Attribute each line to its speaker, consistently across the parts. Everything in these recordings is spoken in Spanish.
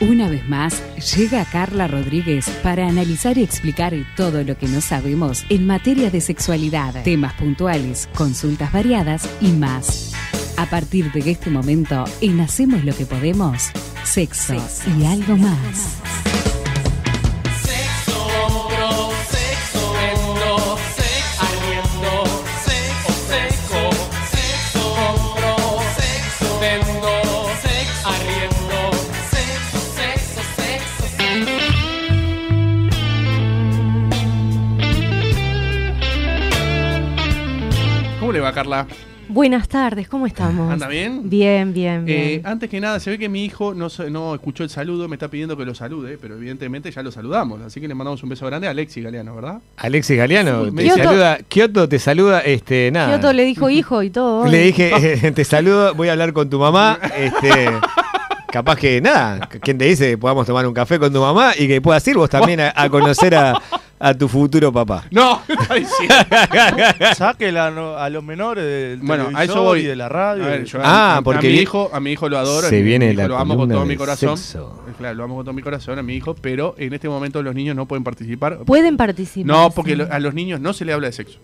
Speaker 1: Una vez más, llega Carla Rodríguez para analizar y explicar todo lo que no sabemos en materia de sexualidad, temas puntuales, consultas variadas y más. A partir de este momento, en Hacemos lo que podemos, sexo,
Speaker 2: Sexo
Speaker 1: y algo más.
Speaker 3: Sexo, bro, sexo, esto, sexo, ardiendo, sexo, seco, sexo, bro, sexo, vendo, sexo, ardiendo, sexo, sexo, sexo, sexo.
Speaker 4: ¿Cómo le va, Carla?
Speaker 2: Buenas tardes, ¿cómo estamos?
Speaker 4: ¿Anda bien?
Speaker 2: Bien, bien,
Speaker 4: Eh,
Speaker 2: bien.
Speaker 4: antes que nada, se ve que mi hijo no, se- no escuchó el saludo, me está pidiendo que lo salude, pero evidentemente ya lo saludamos, así que le mandamos un beso grande a Alexi Galeano, ¿verdad?
Speaker 5: Alexis Galeano,
Speaker 4: Sí,
Speaker 5: te
Speaker 2: Kioto.
Speaker 5: saluda. Kioto te saluda, este, nada.
Speaker 2: Kioto le dijo hijo y todo.
Speaker 5: Le dije, eh, te saludo, voy a hablar con tu mamá. Este, capaz que nada, ¿quién te dice que podamos tomar un café con tu mamá y que puedas ir vos también a, a conocer a, a tu futuro papá?
Speaker 4: No, está diciendo.
Speaker 6: Sáquela no, a los menores del
Speaker 4: bueno, a eso
Speaker 6: televisor
Speaker 4: voy.
Speaker 6: y de la radio.
Speaker 4: A ver, yo
Speaker 5: Ah,
Speaker 4: a- a,
Speaker 5: porque
Speaker 4: mi
Speaker 5: vi-
Speaker 4: hijo, a mi hijo lo adoro,
Speaker 5: se
Speaker 4: a mi
Speaker 5: viene
Speaker 4: hijo
Speaker 5: la
Speaker 4: lo amo con
Speaker 5: columna
Speaker 4: todo
Speaker 5: de
Speaker 4: mi corazón.
Speaker 5: sexo.
Speaker 4: Eh, Claro, lo amo con todo mi corazón a mi hijo, pero en este momento los niños no pueden participar.
Speaker 2: Pueden participar.
Speaker 4: no, porque
Speaker 2: sí.
Speaker 4: lo- ah, a los niños no se le habla de sexo.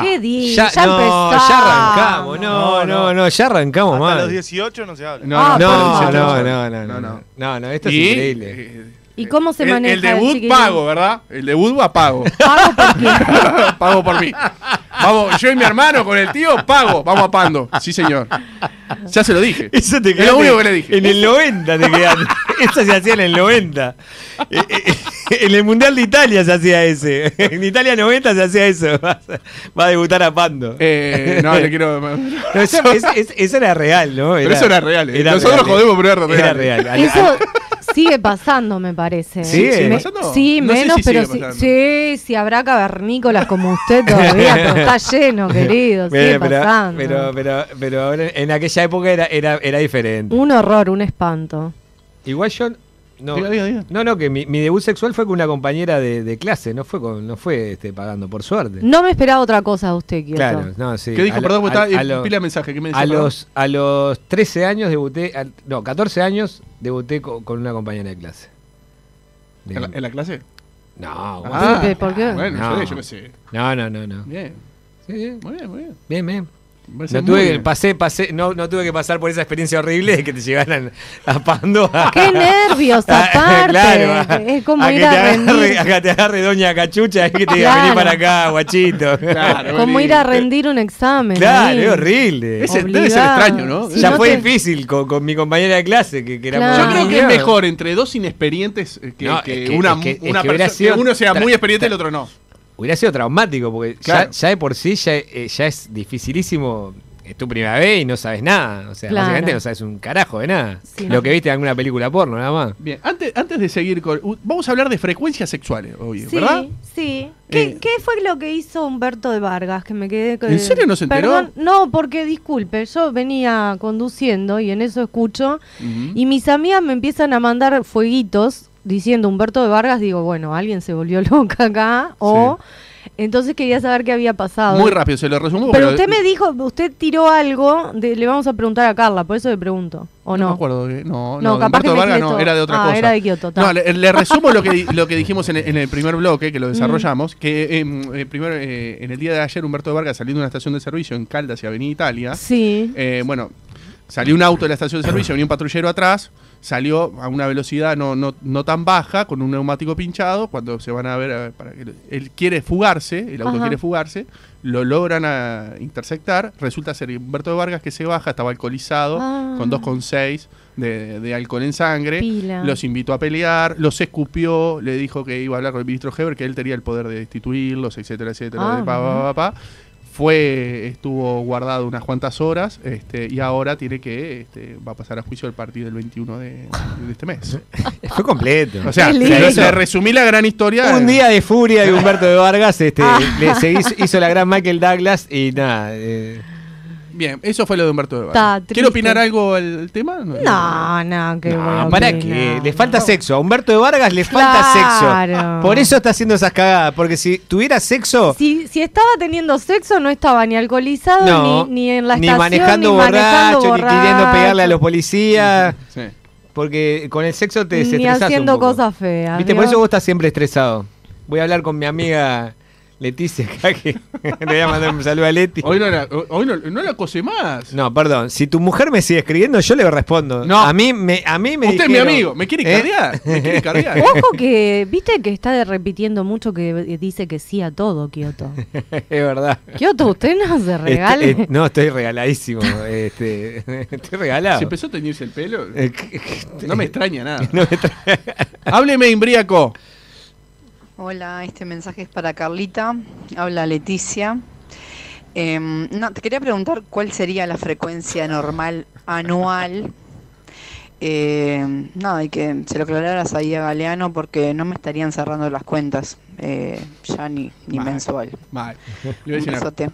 Speaker 2: ¿Qué di?
Speaker 5: Ya,
Speaker 2: Ya
Speaker 5: no,
Speaker 2: empezamos.
Speaker 5: ya arrancamos, no,
Speaker 6: No,
Speaker 5: no,
Speaker 6: no.
Speaker 5: no, ya arrancamos
Speaker 6: Hasta los
Speaker 5: mal.
Speaker 6: 18 no se habla.
Speaker 4: No,
Speaker 2: Ah,
Speaker 5: No, no,
Speaker 2: perdón.
Speaker 5: no, no, no, no, no, esto es
Speaker 4: Y,
Speaker 5: increíble.
Speaker 4: eh,
Speaker 2: ¿Y cómo se
Speaker 4: el-
Speaker 2: maneja
Speaker 4: El debut
Speaker 2: chiquilín?
Speaker 4: pago, ¿verdad? El debut va pago.
Speaker 2: Pago por quién.
Speaker 4: pago por mí. Vamos, yo y mi hermano con el tío, pago. Vamos a Pando. Sí, señor. Ya se lo dije.
Speaker 5: Eso te
Speaker 4: es lo
Speaker 5: quedaste
Speaker 4: único que le dije.
Speaker 5: En el 90 te quedaste. Eso se hacía en el 90. Eh, eh, En el Mundial de Italia se hacía ese. En Italia 90 se hacía eso. Vas a- Va a debutar a Pando.
Speaker 4: Eh, no, le quiero.
Speaker 5: No, eso, es- es- eso era real, ¿no?
Speaker 4: Pero eso era real. eh. Nosotros jodemos, pero era real.
Speaker 5: Era real. Al-
Speaker 2: Eso sigue pasando, me parece.
Speaker 5: ¿Sigue? ¿Sigue
Speaker 2: Me-
Speaker 4: pasando?
Speaker 2: Sí,
Speaker 4: No sé
Speaker 2: menos,
Speaker 4: si sigue
Speaker 2: pero sí,
Speaker 4: pasando.
Speaker 2: sí, sí, habrá cavernícolas como usted todavía, pero está lleno, querido. Sigue
Speaker 5: Bueno, pero,
Speaker 2: pasando.
Speaker 5: pero, pero, pero ahora en aquella época era, era, era diferente.
Speaker 2: Un horror, un espanto.
Speaker 5: Igual yo. No,
Speaker 4: Diga, diga, diga.
Speaker 5: no, no, que mi, mi debut sexual fue con una compañera de, de clase, no fue con, no fue este, pagando, por suerte.
Speaker 2: No me esperaba otra cosa de usted, Kioto.
Speaker 5: Claro, no, sí.
Speaker 4: ¿Qué dijo?
Speaker 5: A lo-
Speaker 4: Perdón, porque
Speaker 5: a-
Speaker 4: estaba eh,
Speaker 5: a lo-
Speaker 4: pila de mensaje. ¿Qué me decía,
Speaker 5: A
Speaker 4: perdón?
Speaker 5: los, a los 13 años debuté, al- no, 14 años debuté co- con, una compañera de clase. De-
Speaker 4: ¿En la, en la clase?
Speaker 5: no,
Speaker 2: Ah. pero ¿por qué?
Speaker 4: Bueno,
Speaker 5: No.
Speaker 4: yo, yo qué sé.
Speaker 5: no, no, no, no.
Speaker 4: Bien,
Speaker 5: Sí, bien,
Speaker 4: muy bien, muy bien.
Speaker 5: bien, bien.
Speaker 4: Me parece
Speaker 5: No
Speaker 4: muy
Speaker 5: tuve, que-
Speaker 4: bien.
Speaker 5: pasé, pasé, no, no tuve que pasar por esa experiencia horrible de que te llevaran a Pandora.
Speaker 2: Qué nervios,
Speaker 5: Ah,
Speaker 4: eh,
Speaker 2: aparte.
Speaker 5: claro, ah,
Speaker 2: es como
Speaker 5: a
Speaker 2: ir
Speaker 5: que
Speaker 2: a
Speaker 5: te agarre,
Speaker 2: rendir.
Speaker 5: a que te agarre Doña Cachucha y que te diga,
Speaker 2: Claro.
Speaker 5: vení para acá, guachito. Claro,
Speaker 4: Claro,
Speaker 2: Como
Speaker 4: Eli.
Speaker 2: ir a rendir un examen. ahí.
Speaker 5: es horrible.
Speaker 4: Ese
Speaker 2: Obligado.
Speaker 4: debe ser extraño, ¿no?
Speaker 2: Sí,
Speaker 4: Yo
Speaker 5: ya
Speaker 2: Oh, no
Speaker 5: fue
Speaker 2: te-
Speaker 5: difícil con, con mi compañera de clase, que, que era
Speaker 2: Claro.
Speaker 5: muy
Speaker 4: creo que es
Speaker 5: niña.
Speaker 4: mejor entre dos inexperientes eh, que,
Speaker 5: Ah. No,
Speaker 4: que
Speaker 5: es que-
Speaker 4: una,
Speaker 5: es que- es
Speaker 4: una
Speaker 5: que hubiera
Speaker 4: persona-
Speaker 5: sido-
Speaker 4: que uno sea muy
Speaker 5: tra-
Speaker 4: experiente y el
Speaker 5: tra-
Speaker 4: otro no.
Speaker 5: Hubiera sido traumático, porque ya-
Speaker 4: Claro.
Speaker 5: ya, de por sí ya, eh, ya es dificilísimo. Es tu primera vez y no sabes nada. O sea,
Speaker 2: Claro.
Speaker 5: básicamente no sabes un carajo de nada.
Speaker 2: Sí.
Speaker 5: Lo que viste en alguna película porno, nada más.
Speaker 4: Bien, antes, antes de seguir con. u- Vamos a hablar de frecuencias sexuales hoy,
Speaker 2: Sí,
Speaker 4: ¿verdad?
Speaker 2: sí. ¿Qué,
Speaker 4: Eh.
Speaker 2: qué fue lo que hizo Humberto de Vargas? Que me quedé con-
Speaker 4: ¿En serio no se enteró?
Speaker 2: Perdón, no, porque disculpe, yo venía conduciendo y en eso escucho
Speaker 4: Ujú.
Speaker 2: y mis amigas me empiezan a mandar fueguitos diciendo Humberto de Vargas, digo, bueno, alguien se volvió loca acá o entonces quería saber qué había pasado.
Speaker 4: Muy rápido, se lo resumo.
Speaker 2: Pero usted me dijo, usted tiró algo, de- le vamos a preguntar a Carla, por eso le pregunto, ¿o
Speaker 4: No
Speaker 2: no?
Speaker 4: me acuerdo. eh, No, no,
Speaker 2: No, capaz
Speaker 4: Humberto
Speaker 2: que me
Speaker 4: Vargas
Speaker 2: equivoqué.
Speaker 4: no, era de otra
Speaker 2: Ah,
Speaker 4: cosa.
Speaker 2: era de Kioto, ta.
Speaker 4: No, le, le resumo lo que, di- lo que dijimos en el, en el primer bloque, que lo desarrollamos. Que em, eh, primero, eh, en el día de ayer, Humberto Vargas saliendo de una estación de servicio en Caldas y Avenida Italia.
Speaker 2: Sí.
Speaker 4: Eh, bueno, salió un auto de la estación de servicio, venía un patrullero atrás, salió a una velocidad no, no, no tan baja, con un neumático pinchado, cuando se van a ver, a ver, para que lo- él quiere fugarse, el auto
Speaker 2: Ajá.
Speaker 4: quiere fugarse, lo logran a interceptar, resulta ser Humberto Vargas que se baja, estaba alcoholizado,
Speaker 2: Ah.
Speaker 4: con 2,6 de, de alcohol en
Speaker 5: Eh,
Speaker 4: sangre,
Speaker 2: Pila.
Speaker 4: los invitó a pelear, los escupió, le dijo que iba a hablar con el ministro Heber, que él tenía el poder de destituirlos, etcétera, etcétera,
Speaker 2: Ah,
Speaker 4: de pa, pa,
Speaker 2: mirá.
Speaker 4: pa, pa, pa. Fue, estuvo guardado unas cuantas horas este, y ahora tiene que, este, va a pasar a juicio el partido del 21 de, de este mes.
Speaker 5: Fue completo.
Speaker 4: O sea,
Speaker 2: Qué lindo.
Speaker 4: o sea, resumí la gran historia.
Speaker 5: un día de furia de Humberto de Vargas este,
Speaker 2: Ah.
Speaker 5: le, se hizo, hizo la gran Michael Douglas y nada. eh,
Speaker 4: Bien, eso fue lo de Humberto de Vargas.
Speaker 2: Está triste.
Speaker 4: ¿Quiere opinar algo al al tema?
Speaker 2: No, no, que
Speaker 5: no, para que le falta sexo. A Humberto de Vargas le falta
Speaker 2: Claro.
Speaker 5: sexo. Por eso está haciendo esas cagadas. Porque si tuviera sexo,
Speaker 2: Si, si estaba teniendo sexo, no estaba ni alcoholizado,
Speaker 5: no,
Speaker 2: ni, ni en la
Speaker 5: ni
Speaker 2: estación,
Speaker 5: manejando
Speaker 2: ni
Speaker 5: borracho,
Speaker 2: manejando
Speaker 5: ni queriendo pegarle a
Speaker 2: borracho.
Speaker 5: los policías.
Speaker 4: Sí.
Speaker 5: Porque con el sexo te
Speaker 2: Ni
Speaker 5: desestresás un
Speaker 2: haciendo
Speaker 5: poco.
Speaker 2: cosas feas.
Speaker 5: Viste, por
Speaker 2: Dios.
Speaker 5: eso vos estás siempre estresado. Voy a hablar con mi amiga Leticia acá, que le voy a mandar un saludo a Leti.
Speaker 4: Hoy no la, hoy no, no la cose más.
Speaker 5: No, perdón. Si tu mujer me sigue escribiendo, yo le respondo.
Speaker 4: No.
Speaker 5: A mí me, a mí me
Speaker 4: Usted es mi
Speaker 5: dijeron-
Speaker 4: amigo, me quiere
Speaker 5: ¿Eh?
Speaker 4: cardear. Me quiere cardear.
Speaker 2: Ojo que, viste que está de- repitiendo mucho que dice que sí a todo, Kioto.
Speaker 5: es verdad.
Speaker 2: Kioto, usted no se regale.
Speaker 5: Este, eh, no, estoy regaladísimo. este, estoy regalado.
Speaker 4: Se empezó a teñirse el pelo.
Speaker 5: Eh, que- que-
Speaker 4: No me extraña nada.
Speaker 5: no me tra-
Speaker 4: Hábleme, Imbriaco.
Speaker 7: Hola, este mensaje es para Carlita. Habla Leticia. Em, no, te quería preguntar cuál sería la frecuencia normal anual. Eh, nada, y que se lo aclararas ahí a Galeano porque no me estarían cerrando las cuentas eh, ya ni, ni
Speaker 4: Mal.
Speaker 7: mensual.
Speaker 4: Mal. Le voy a
Speaker 7: Un
Speaker 4: decir una,
Speaker 7: besote.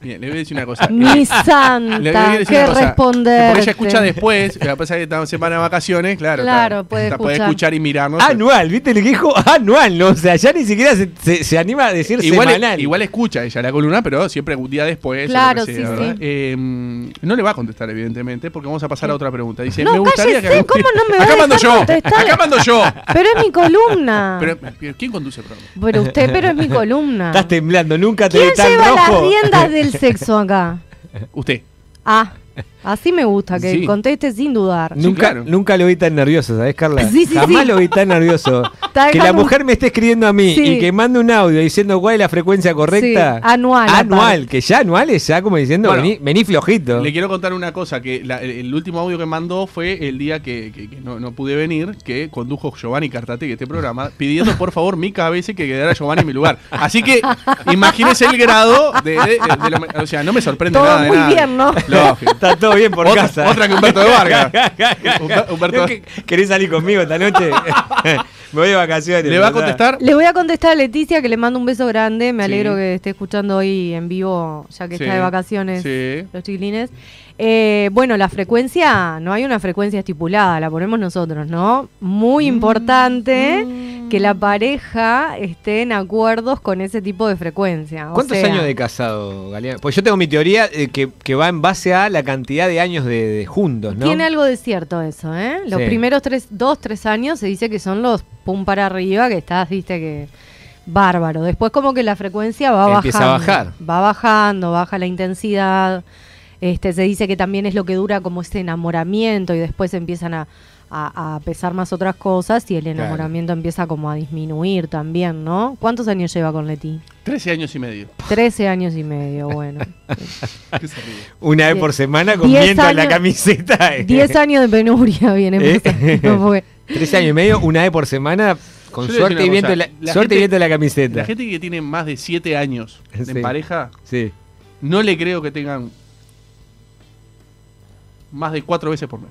Speaker 4: bien, le voy a decir una cosa.
Speaker 2: Mi
Speaker 4: Le voy a
Speaker 2: santa,
Speaker 4: decir
Speaker 2: qué
Speaker 4: una cosa,
Speaker 2: responder.
Speaker 4: Porque ella escucha después, lo que pasa es que estamos en semana de vacaciones, claro.
Speaker 2: Claro,
Speaker 4: está-
Speaker 2: puede
Speaker 4: está- puede
Speaker 2: escuchar.
Speaker 4: escuchar y mirarnos.
Speaker 5: anual, ¿viste? Le dijo anual. No, o sea, ya ni siquiera se, se- se anima a decir
Speaker 4: Igual,
Speaker 5: semanal.
Speaker 4: igual escucha ella la columna, pero siempre un día después. o lo
Speaker 2: Claro,
Speaker 4: que
Speaker 2: sí,
Speaker 4: ¿verdad?
Speaker 2: sí.
Speaker 4: Eh, no le va a contestar, evidentemente, porque vamos a pasar a otra pregunta. Dice,
Speaker 2: No,
Speaker 4: me gustaría que
Speaker 2: cállese,
Speaker 4: Agustín-
Speaker 2: ¿cómo no me va
Speaker 4: Acá
Speaker 2: a
Speaker 4: mando
Speaker 2: dejar
Speaker 4: yo.
Speaker 2: contestar?
Speaker 4: Acá mando yo.
Speaker 2: Pero es mi columna.
Speaker 4: Pero,
Speaker 2: Pero,
Speaker 4: pero, ¿quién conduce el programa?
Speaker 2: usted, pero es mi columna.
Speaker 5: Estás temblando, nunca te
Speaker 2: Ah. ¿Quién
Speaker 5: ve tan
Speaker 2: lleva las
Speaker 5: rojo.
Speaker 2: riendas del sexo acá?
Speaker 4: Usted.
Speaker 2: Ah, así me gusta, que
Speaker 4: Sí.
Speaker 2: conteste sin dudar.
Speaker 5: Nunca,
Speaker 4: claro.
Speaker 5: nunca lo vi tan nervioso, ¿sabés, Carla?
Speaker 2: Sí, sí,
Speaker 5: Jamás
Speaker 2: sí.
Speaker 5: lo vi tan nervioso.
Speaker 2: Está
Speaker 5: que la
Speaker 2: dejando-
Speaker 5: mujer me esté escribiendo a mí
Speaker 2: Sí.
Speaker 5: y que mande un audio diciendo cuál es la frecuencia correcta.
Speaker 2: Sí, anual,
Speaker 5: Anual,
Speaker 2: aparte.
Speaker 5: que ya anual es ya como diciendo,
Speaker 4: Bueno,
Speaker 5: vení, vení flojito.
Speaker 4: Le quiero contar una cosa, que la- el, el último audio que mandó fue el día que, que- que no, no pude venir, que condujo Giovanni Cartategui este programa, pidiendo por favor mi cabeza y que quedara Giovanni en mi lugar. Así que imagínese el grado de... de- de- de la- o sea, no me sorprende
Speaker 2: Todo
Speaker 4: nada. de
Speaker 2: muy
Speaker 4: nada.
Speaker 2: bien, ¿no?
Speaker 4: Lógico.
Speaker 5: Está todo bien por
Speaker 4: otra,
Speaker 5: casa.
Speaker 4: otra que Humberto de Vargas. Humber- Humberto-
Speaker 5: ¿No es que ¿Querés salir conmigo esta noche? me voy de vacaciones.
Speaker 4: Le va a
Speaker 5: ¿verdad?
Speaker 4: contestar...
Speaker 2: Le voy a contestar a Leticia que le mando un beso grande. Me
Speaker 4: Sí.
Speaker 2: alegro que esté escuchando hoy en vivo, ya que
Speaker 4: Sí,
Speaker 2: está de vacaciones
Speaker 4: sí.
Speaker 2: los chiquilines. Eh, bueno, la frecuencia, no hay una frecuencia estipulada, la ponemos nosotros, ¿no? Muy importante que la pareja esté en acuerdos con ese tipo de frecuencia. o
Speaker 5: ¿Cuántos
Speaker 2: sea,
Speaker 5: años de casado, Galeano? Pues yo tengo mi teoría eh, que, que va en base a la cantidad de años de, de juntos, ¿no?
Speaker 2: Tiene algo de cierto eso, ¿eh? Los
Speaker 5: Sí.
Speaker 2: primeros tres, dos, tres años se dice que son los pum para arriba, que estás, viste, que bárbaro. Después como que la frecuencia va
Speaker 5: Empieza a
Speaker 2: bajando.
Speaker 5: bajar.
Speaker 2: Va bajando, baja la intensidad. Este, se dice que también es lo que dura como ese enamoramiento y después empiezan a, a- a pesar más otras cosas y el
Speaker 5: Claro.
Speaker 2: enamoramiento empieza como a disminuir también, ¿no? ¿Cuántos años lleva con Leti?
Speaker 4: 13 años y medio.
Speaker 2: Trece años y medio, bueno.
Speaker 4: Qué se ríe.
Speaker 5: Una vez
Speaker 2: Diez-
Speaker 5: por semana con
Speaker 2: diez
Speaker 5: viento en la
Speaker 2: años-
Speaker 5: camiseta.
Speaker 2: Diez años de penuria viene
Speaker 5: Eh.
Speaker 2: pasando, porque-
Speaker 5: 13 años y medio, una vez por semana, con
Speaker 4: Yo le voy a decir
Speaker 5: suerte y
Speaker 4: una
Speaker 5: viento,
Speaker 4: cosa,
Speaker 5: en la,
Speaker 4: la
Speaker 5: suerte
Speaker 4: gente-
Speaker 5: y viento en la camiseta.
Speaker 4: La gente que tiene más de 7 años en
Speaker 5: Sí.
Speaker 4: pareja,
Speaker 5: Sí.
Speaker 4: no le creo que tengan más de 4 veces por mes.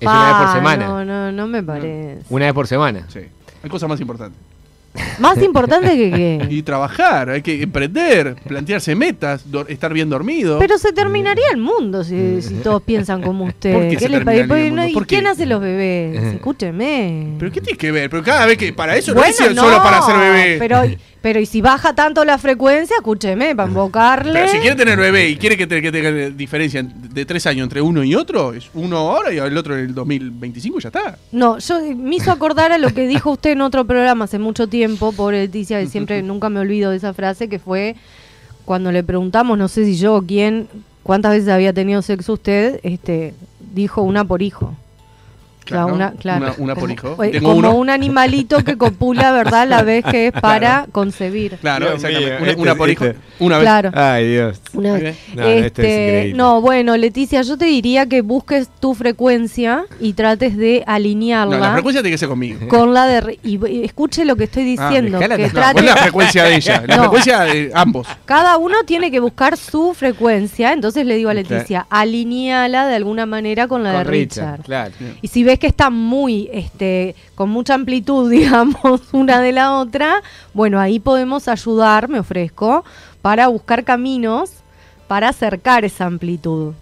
Speaker 5: Es una vez
Speaker 2: Pa,
Speaker 5: por semana.
Speaker 2: No, no, no me parece.
Speaker 5: Una vez por semana.
Speaker 4: Sí. Hay cosas más importantes.
Speaker 2: Más importante que qué.
Speaker 4: Y trabajar, hay que emprender, plantearse metas, dor- estar bien dormido.
Speaker 2: Pero se terminaría el mundo si, si todos piensan como usted.
Speaker 4: ¿Por qué se
Speaker 2: le
Speaker 4: terminaría
Speaker 2: parece?
Speaker 4: el mundo?
Speaker 2: ¿Y
Speaker 4: ¿Por qué?
Speaker 2: quién hace los bebés? Escúcheme.
Speaker 4: ¿Pero qué tiene que ver? Pero cada vez que para eso no
Speaker 2: Bueno,
Speaker 4: es solo
Speaker 2: no,
Speaker 4: para ser bebé. Pero,
Speaker 2: Pero, pero y si baja tanto la frecuencia, escúcheme, para invocarle.
Speaker 4: si quiere tener bebé y quiere que, te- que tenga diferencia en- de tres años entre uno y otro, es uno ahora y el otro en el 2025 y ya está.
Speaker 2: No, yo me hizo acordar a lo que dijo usted en otro programa hace mucho tiempo, pobre Leticia, que siempre nunca me olvido de esa frase que fue cuando le preguntamos, no sé si yo o quién, cuántas veces había tenido sexo usted, este, dijo una por hijo. O sea,
Speaker 4: Claro,
Speaker 2: una, claro.
Speaker 4: una- una por
Speaker 2: Como-
Speaker 4: hijo.
Speaker 2: eh,
Speaker 4: Tengo
Speaker 2: como
Speaker 4: uno.
Speaker 2: un animalito que copula, ¿verdad? La vez que es para concebir.
Speaker 4: Claro,
Speaker 5: Dios
Speaker 4: exactamente.
Speaker 5: mío,
Speaker 4: una,
Speaker 5: este
Speaker 4: una
Speaker 5: es-
Speaker 4: por hijo.
Speaker 5: este.
Speaker 4: Una vez.
Speaker 2: Claro.
Speaker 5: Ay, Dios.
Speaker 2: Una
Speaker 4: Muy
Speaker 2: vez.
Speaker 5: bien. No, no, esto es
Speaker 2: Este,
Speaker 5: increíble.
Speaker 2: no, bueno, Leticia, yo te diría que busques tu frecuencia y trates de
Speaker 4: No,
Speaker 2: alinearla
Speaker 4: la frecuencia tiene que ser conmigo.
Speaker 2: con la de re- y, y escuche lo que estoy diciendo
Speaker 5: Ah, dejala
Speaker 2: que
Speaker 5: de-
Speaker 4: No,
Speaker 5: no,
Speaker 2: trate-
Speaker 4: ¿Cuál es la frecuencia de ella? La
Speaker 2: No.
Speaker 4: frecuencia de ambos.
Speaker 2: cada uno tiene que buscar su frecuencia entonces le digo a Leticia alineala de alguna manera con la de
Speaker 5: Con
Speaker 2: Richard,
Speaker 5: Richard, claro.
Speaker 2: y si ves que está muy este con mucha amplitud digamos una de la otra bueno ahí podemos ayudar me ofrezco para buscar caminos para acercar esa amplitud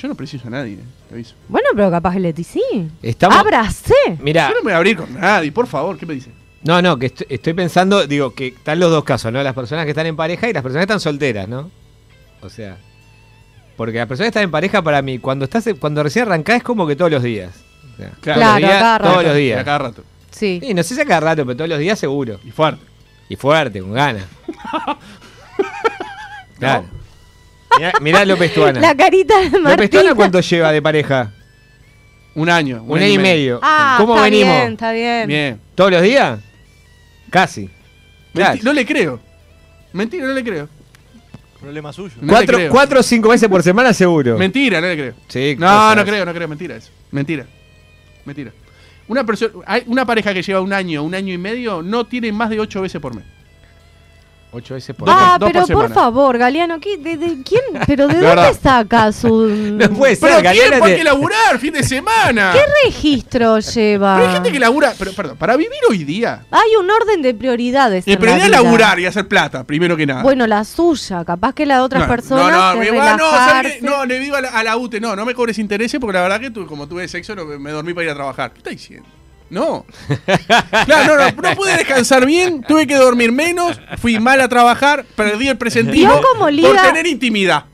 Speaker 4: Yo no preciso a nadie, te aviso.
Speaker 2: bueno pero capaz que Leticia
Speaker 5: Estamos-
Speaker 2: abrace
Speaker 5: Mirá,
Speaker 4: Yo no me voy a abrir con nadie, por favor, ¿qué me dice?
Speaker 5: no, no, que estoy, estoy pensando, digo, que están los dos casos, ¿no? Las personas que están en pareja y las personas que están solteras, ¿no? O sea, Porque la persona que está en pareja, para mí, cuando estás cuando recién arrancás, es como que todos los días. O sea,
Speaker 4: Claro,
Speaker 5: todos los
Speaker 2: Claro,
Speaker 5: días,
Speaker 2: cada rato.
Speaker 5: todos los
Speaker 4: A
Speaker 5: días.
Speaker 4: cada rato.
Speaker 2: Sí.
Speaker 5: Y no sé si a cada rato, pero todos los días seguro.
Speaker 4: Y fuerte.
Speaker 5: Y fuerte, con ganas. Claro. Mirá, mirá López Tuana.
Speaker 2: La carita de
Speaker 5: ¿López
Speaker 2: Martín.
Speaker 5: Tuana cuánto lleva de pareja?
Speaker 4: Un año.
Speaker 5: Un año y medio.
Speaker 2: Ah,
Speaker 5: ¿Cómo
Speaker 2: está
Speaker 5: venimos?
Speaker 2: Bien, está bien.
Speaker 4: Bien.
Speaker 5: ¿Todos los días? Casi. Claro.
Speaker 4: Menti- No le creo. Mentira, no le creo.
Speaker 6: Problema suyo.
Speaker 4: No le
Speaker 5: cuatro,
Speaker 4: creo.
Speaker 5: cuatro o cinco veces por semana seguro.
Speaker 4: Mentira, no le creo.
Speaker 5: Sí,
Speaker 4: No,
Speaker 5: cosas.
Speaker 4: no creo, no creo, mentira eso. Mentira. Mentira. Una persona, hay una pareja que lleva un año, un año y medio, no tiene más de ocho veces por mes.
Speaker 5: Ocho veces por
Speaker 4: Va.
Speaker 2: Ah,
Speaker 4: dos por
Speaker 2: pero por
Speaker 4: semana.
Speaker 2: favor, Galeano, ¿qué- de, de quién? ¿Pero de
Speaker 5: De
Speaker 2: dónde
Speaker 5: verdad.
Speaker 2: saca su
Speaker 5: No puede ser,
Speaker 4: Pero
Speaker 5: Galeana
Speaker 4: tienen por
Speaker 5: te-
Speaker 4: qué laburar fin de semana.
Speaker 2: qué registro lleva?
Speaker 4: Pero hay gente que labura, pero perdón, para vivir hoy día.
Speaker 2: Hay un orden de prioridades.
Speaker 4: Y
Speaker 2: en
Speaker 4: prioridad
Speaker 2: la
Speaker 4: es
Speaker 2: vida.
Speaker 4: laburar y hacer plata, primero que nada.
Speaker 2: Bueno, la suya, capaz que la de otras
Speaker 4: No,
Speaker 2: personas.
Speaker 4: No, no,
Speaker 2: de
Speaker 4: me va, no, ¿sabes
Speaker 2: relajarse.
Speaker 4: qué? no, le vivo a la, a la UTE, no, no me cobres intereses porque la verdad que tú, como tuve sexo no, me- me dormí para ir a trabajar. ¿Qué estás diciendo? No. Claro, no, no, no pude descansar bien, tuve que dormir menos, fui mal a trabajar, perdí el presentismo
Speaker 2: Vio cómo
Speaker 4: por
Speaker 2: liga-
Speaker 4: tener intimidad.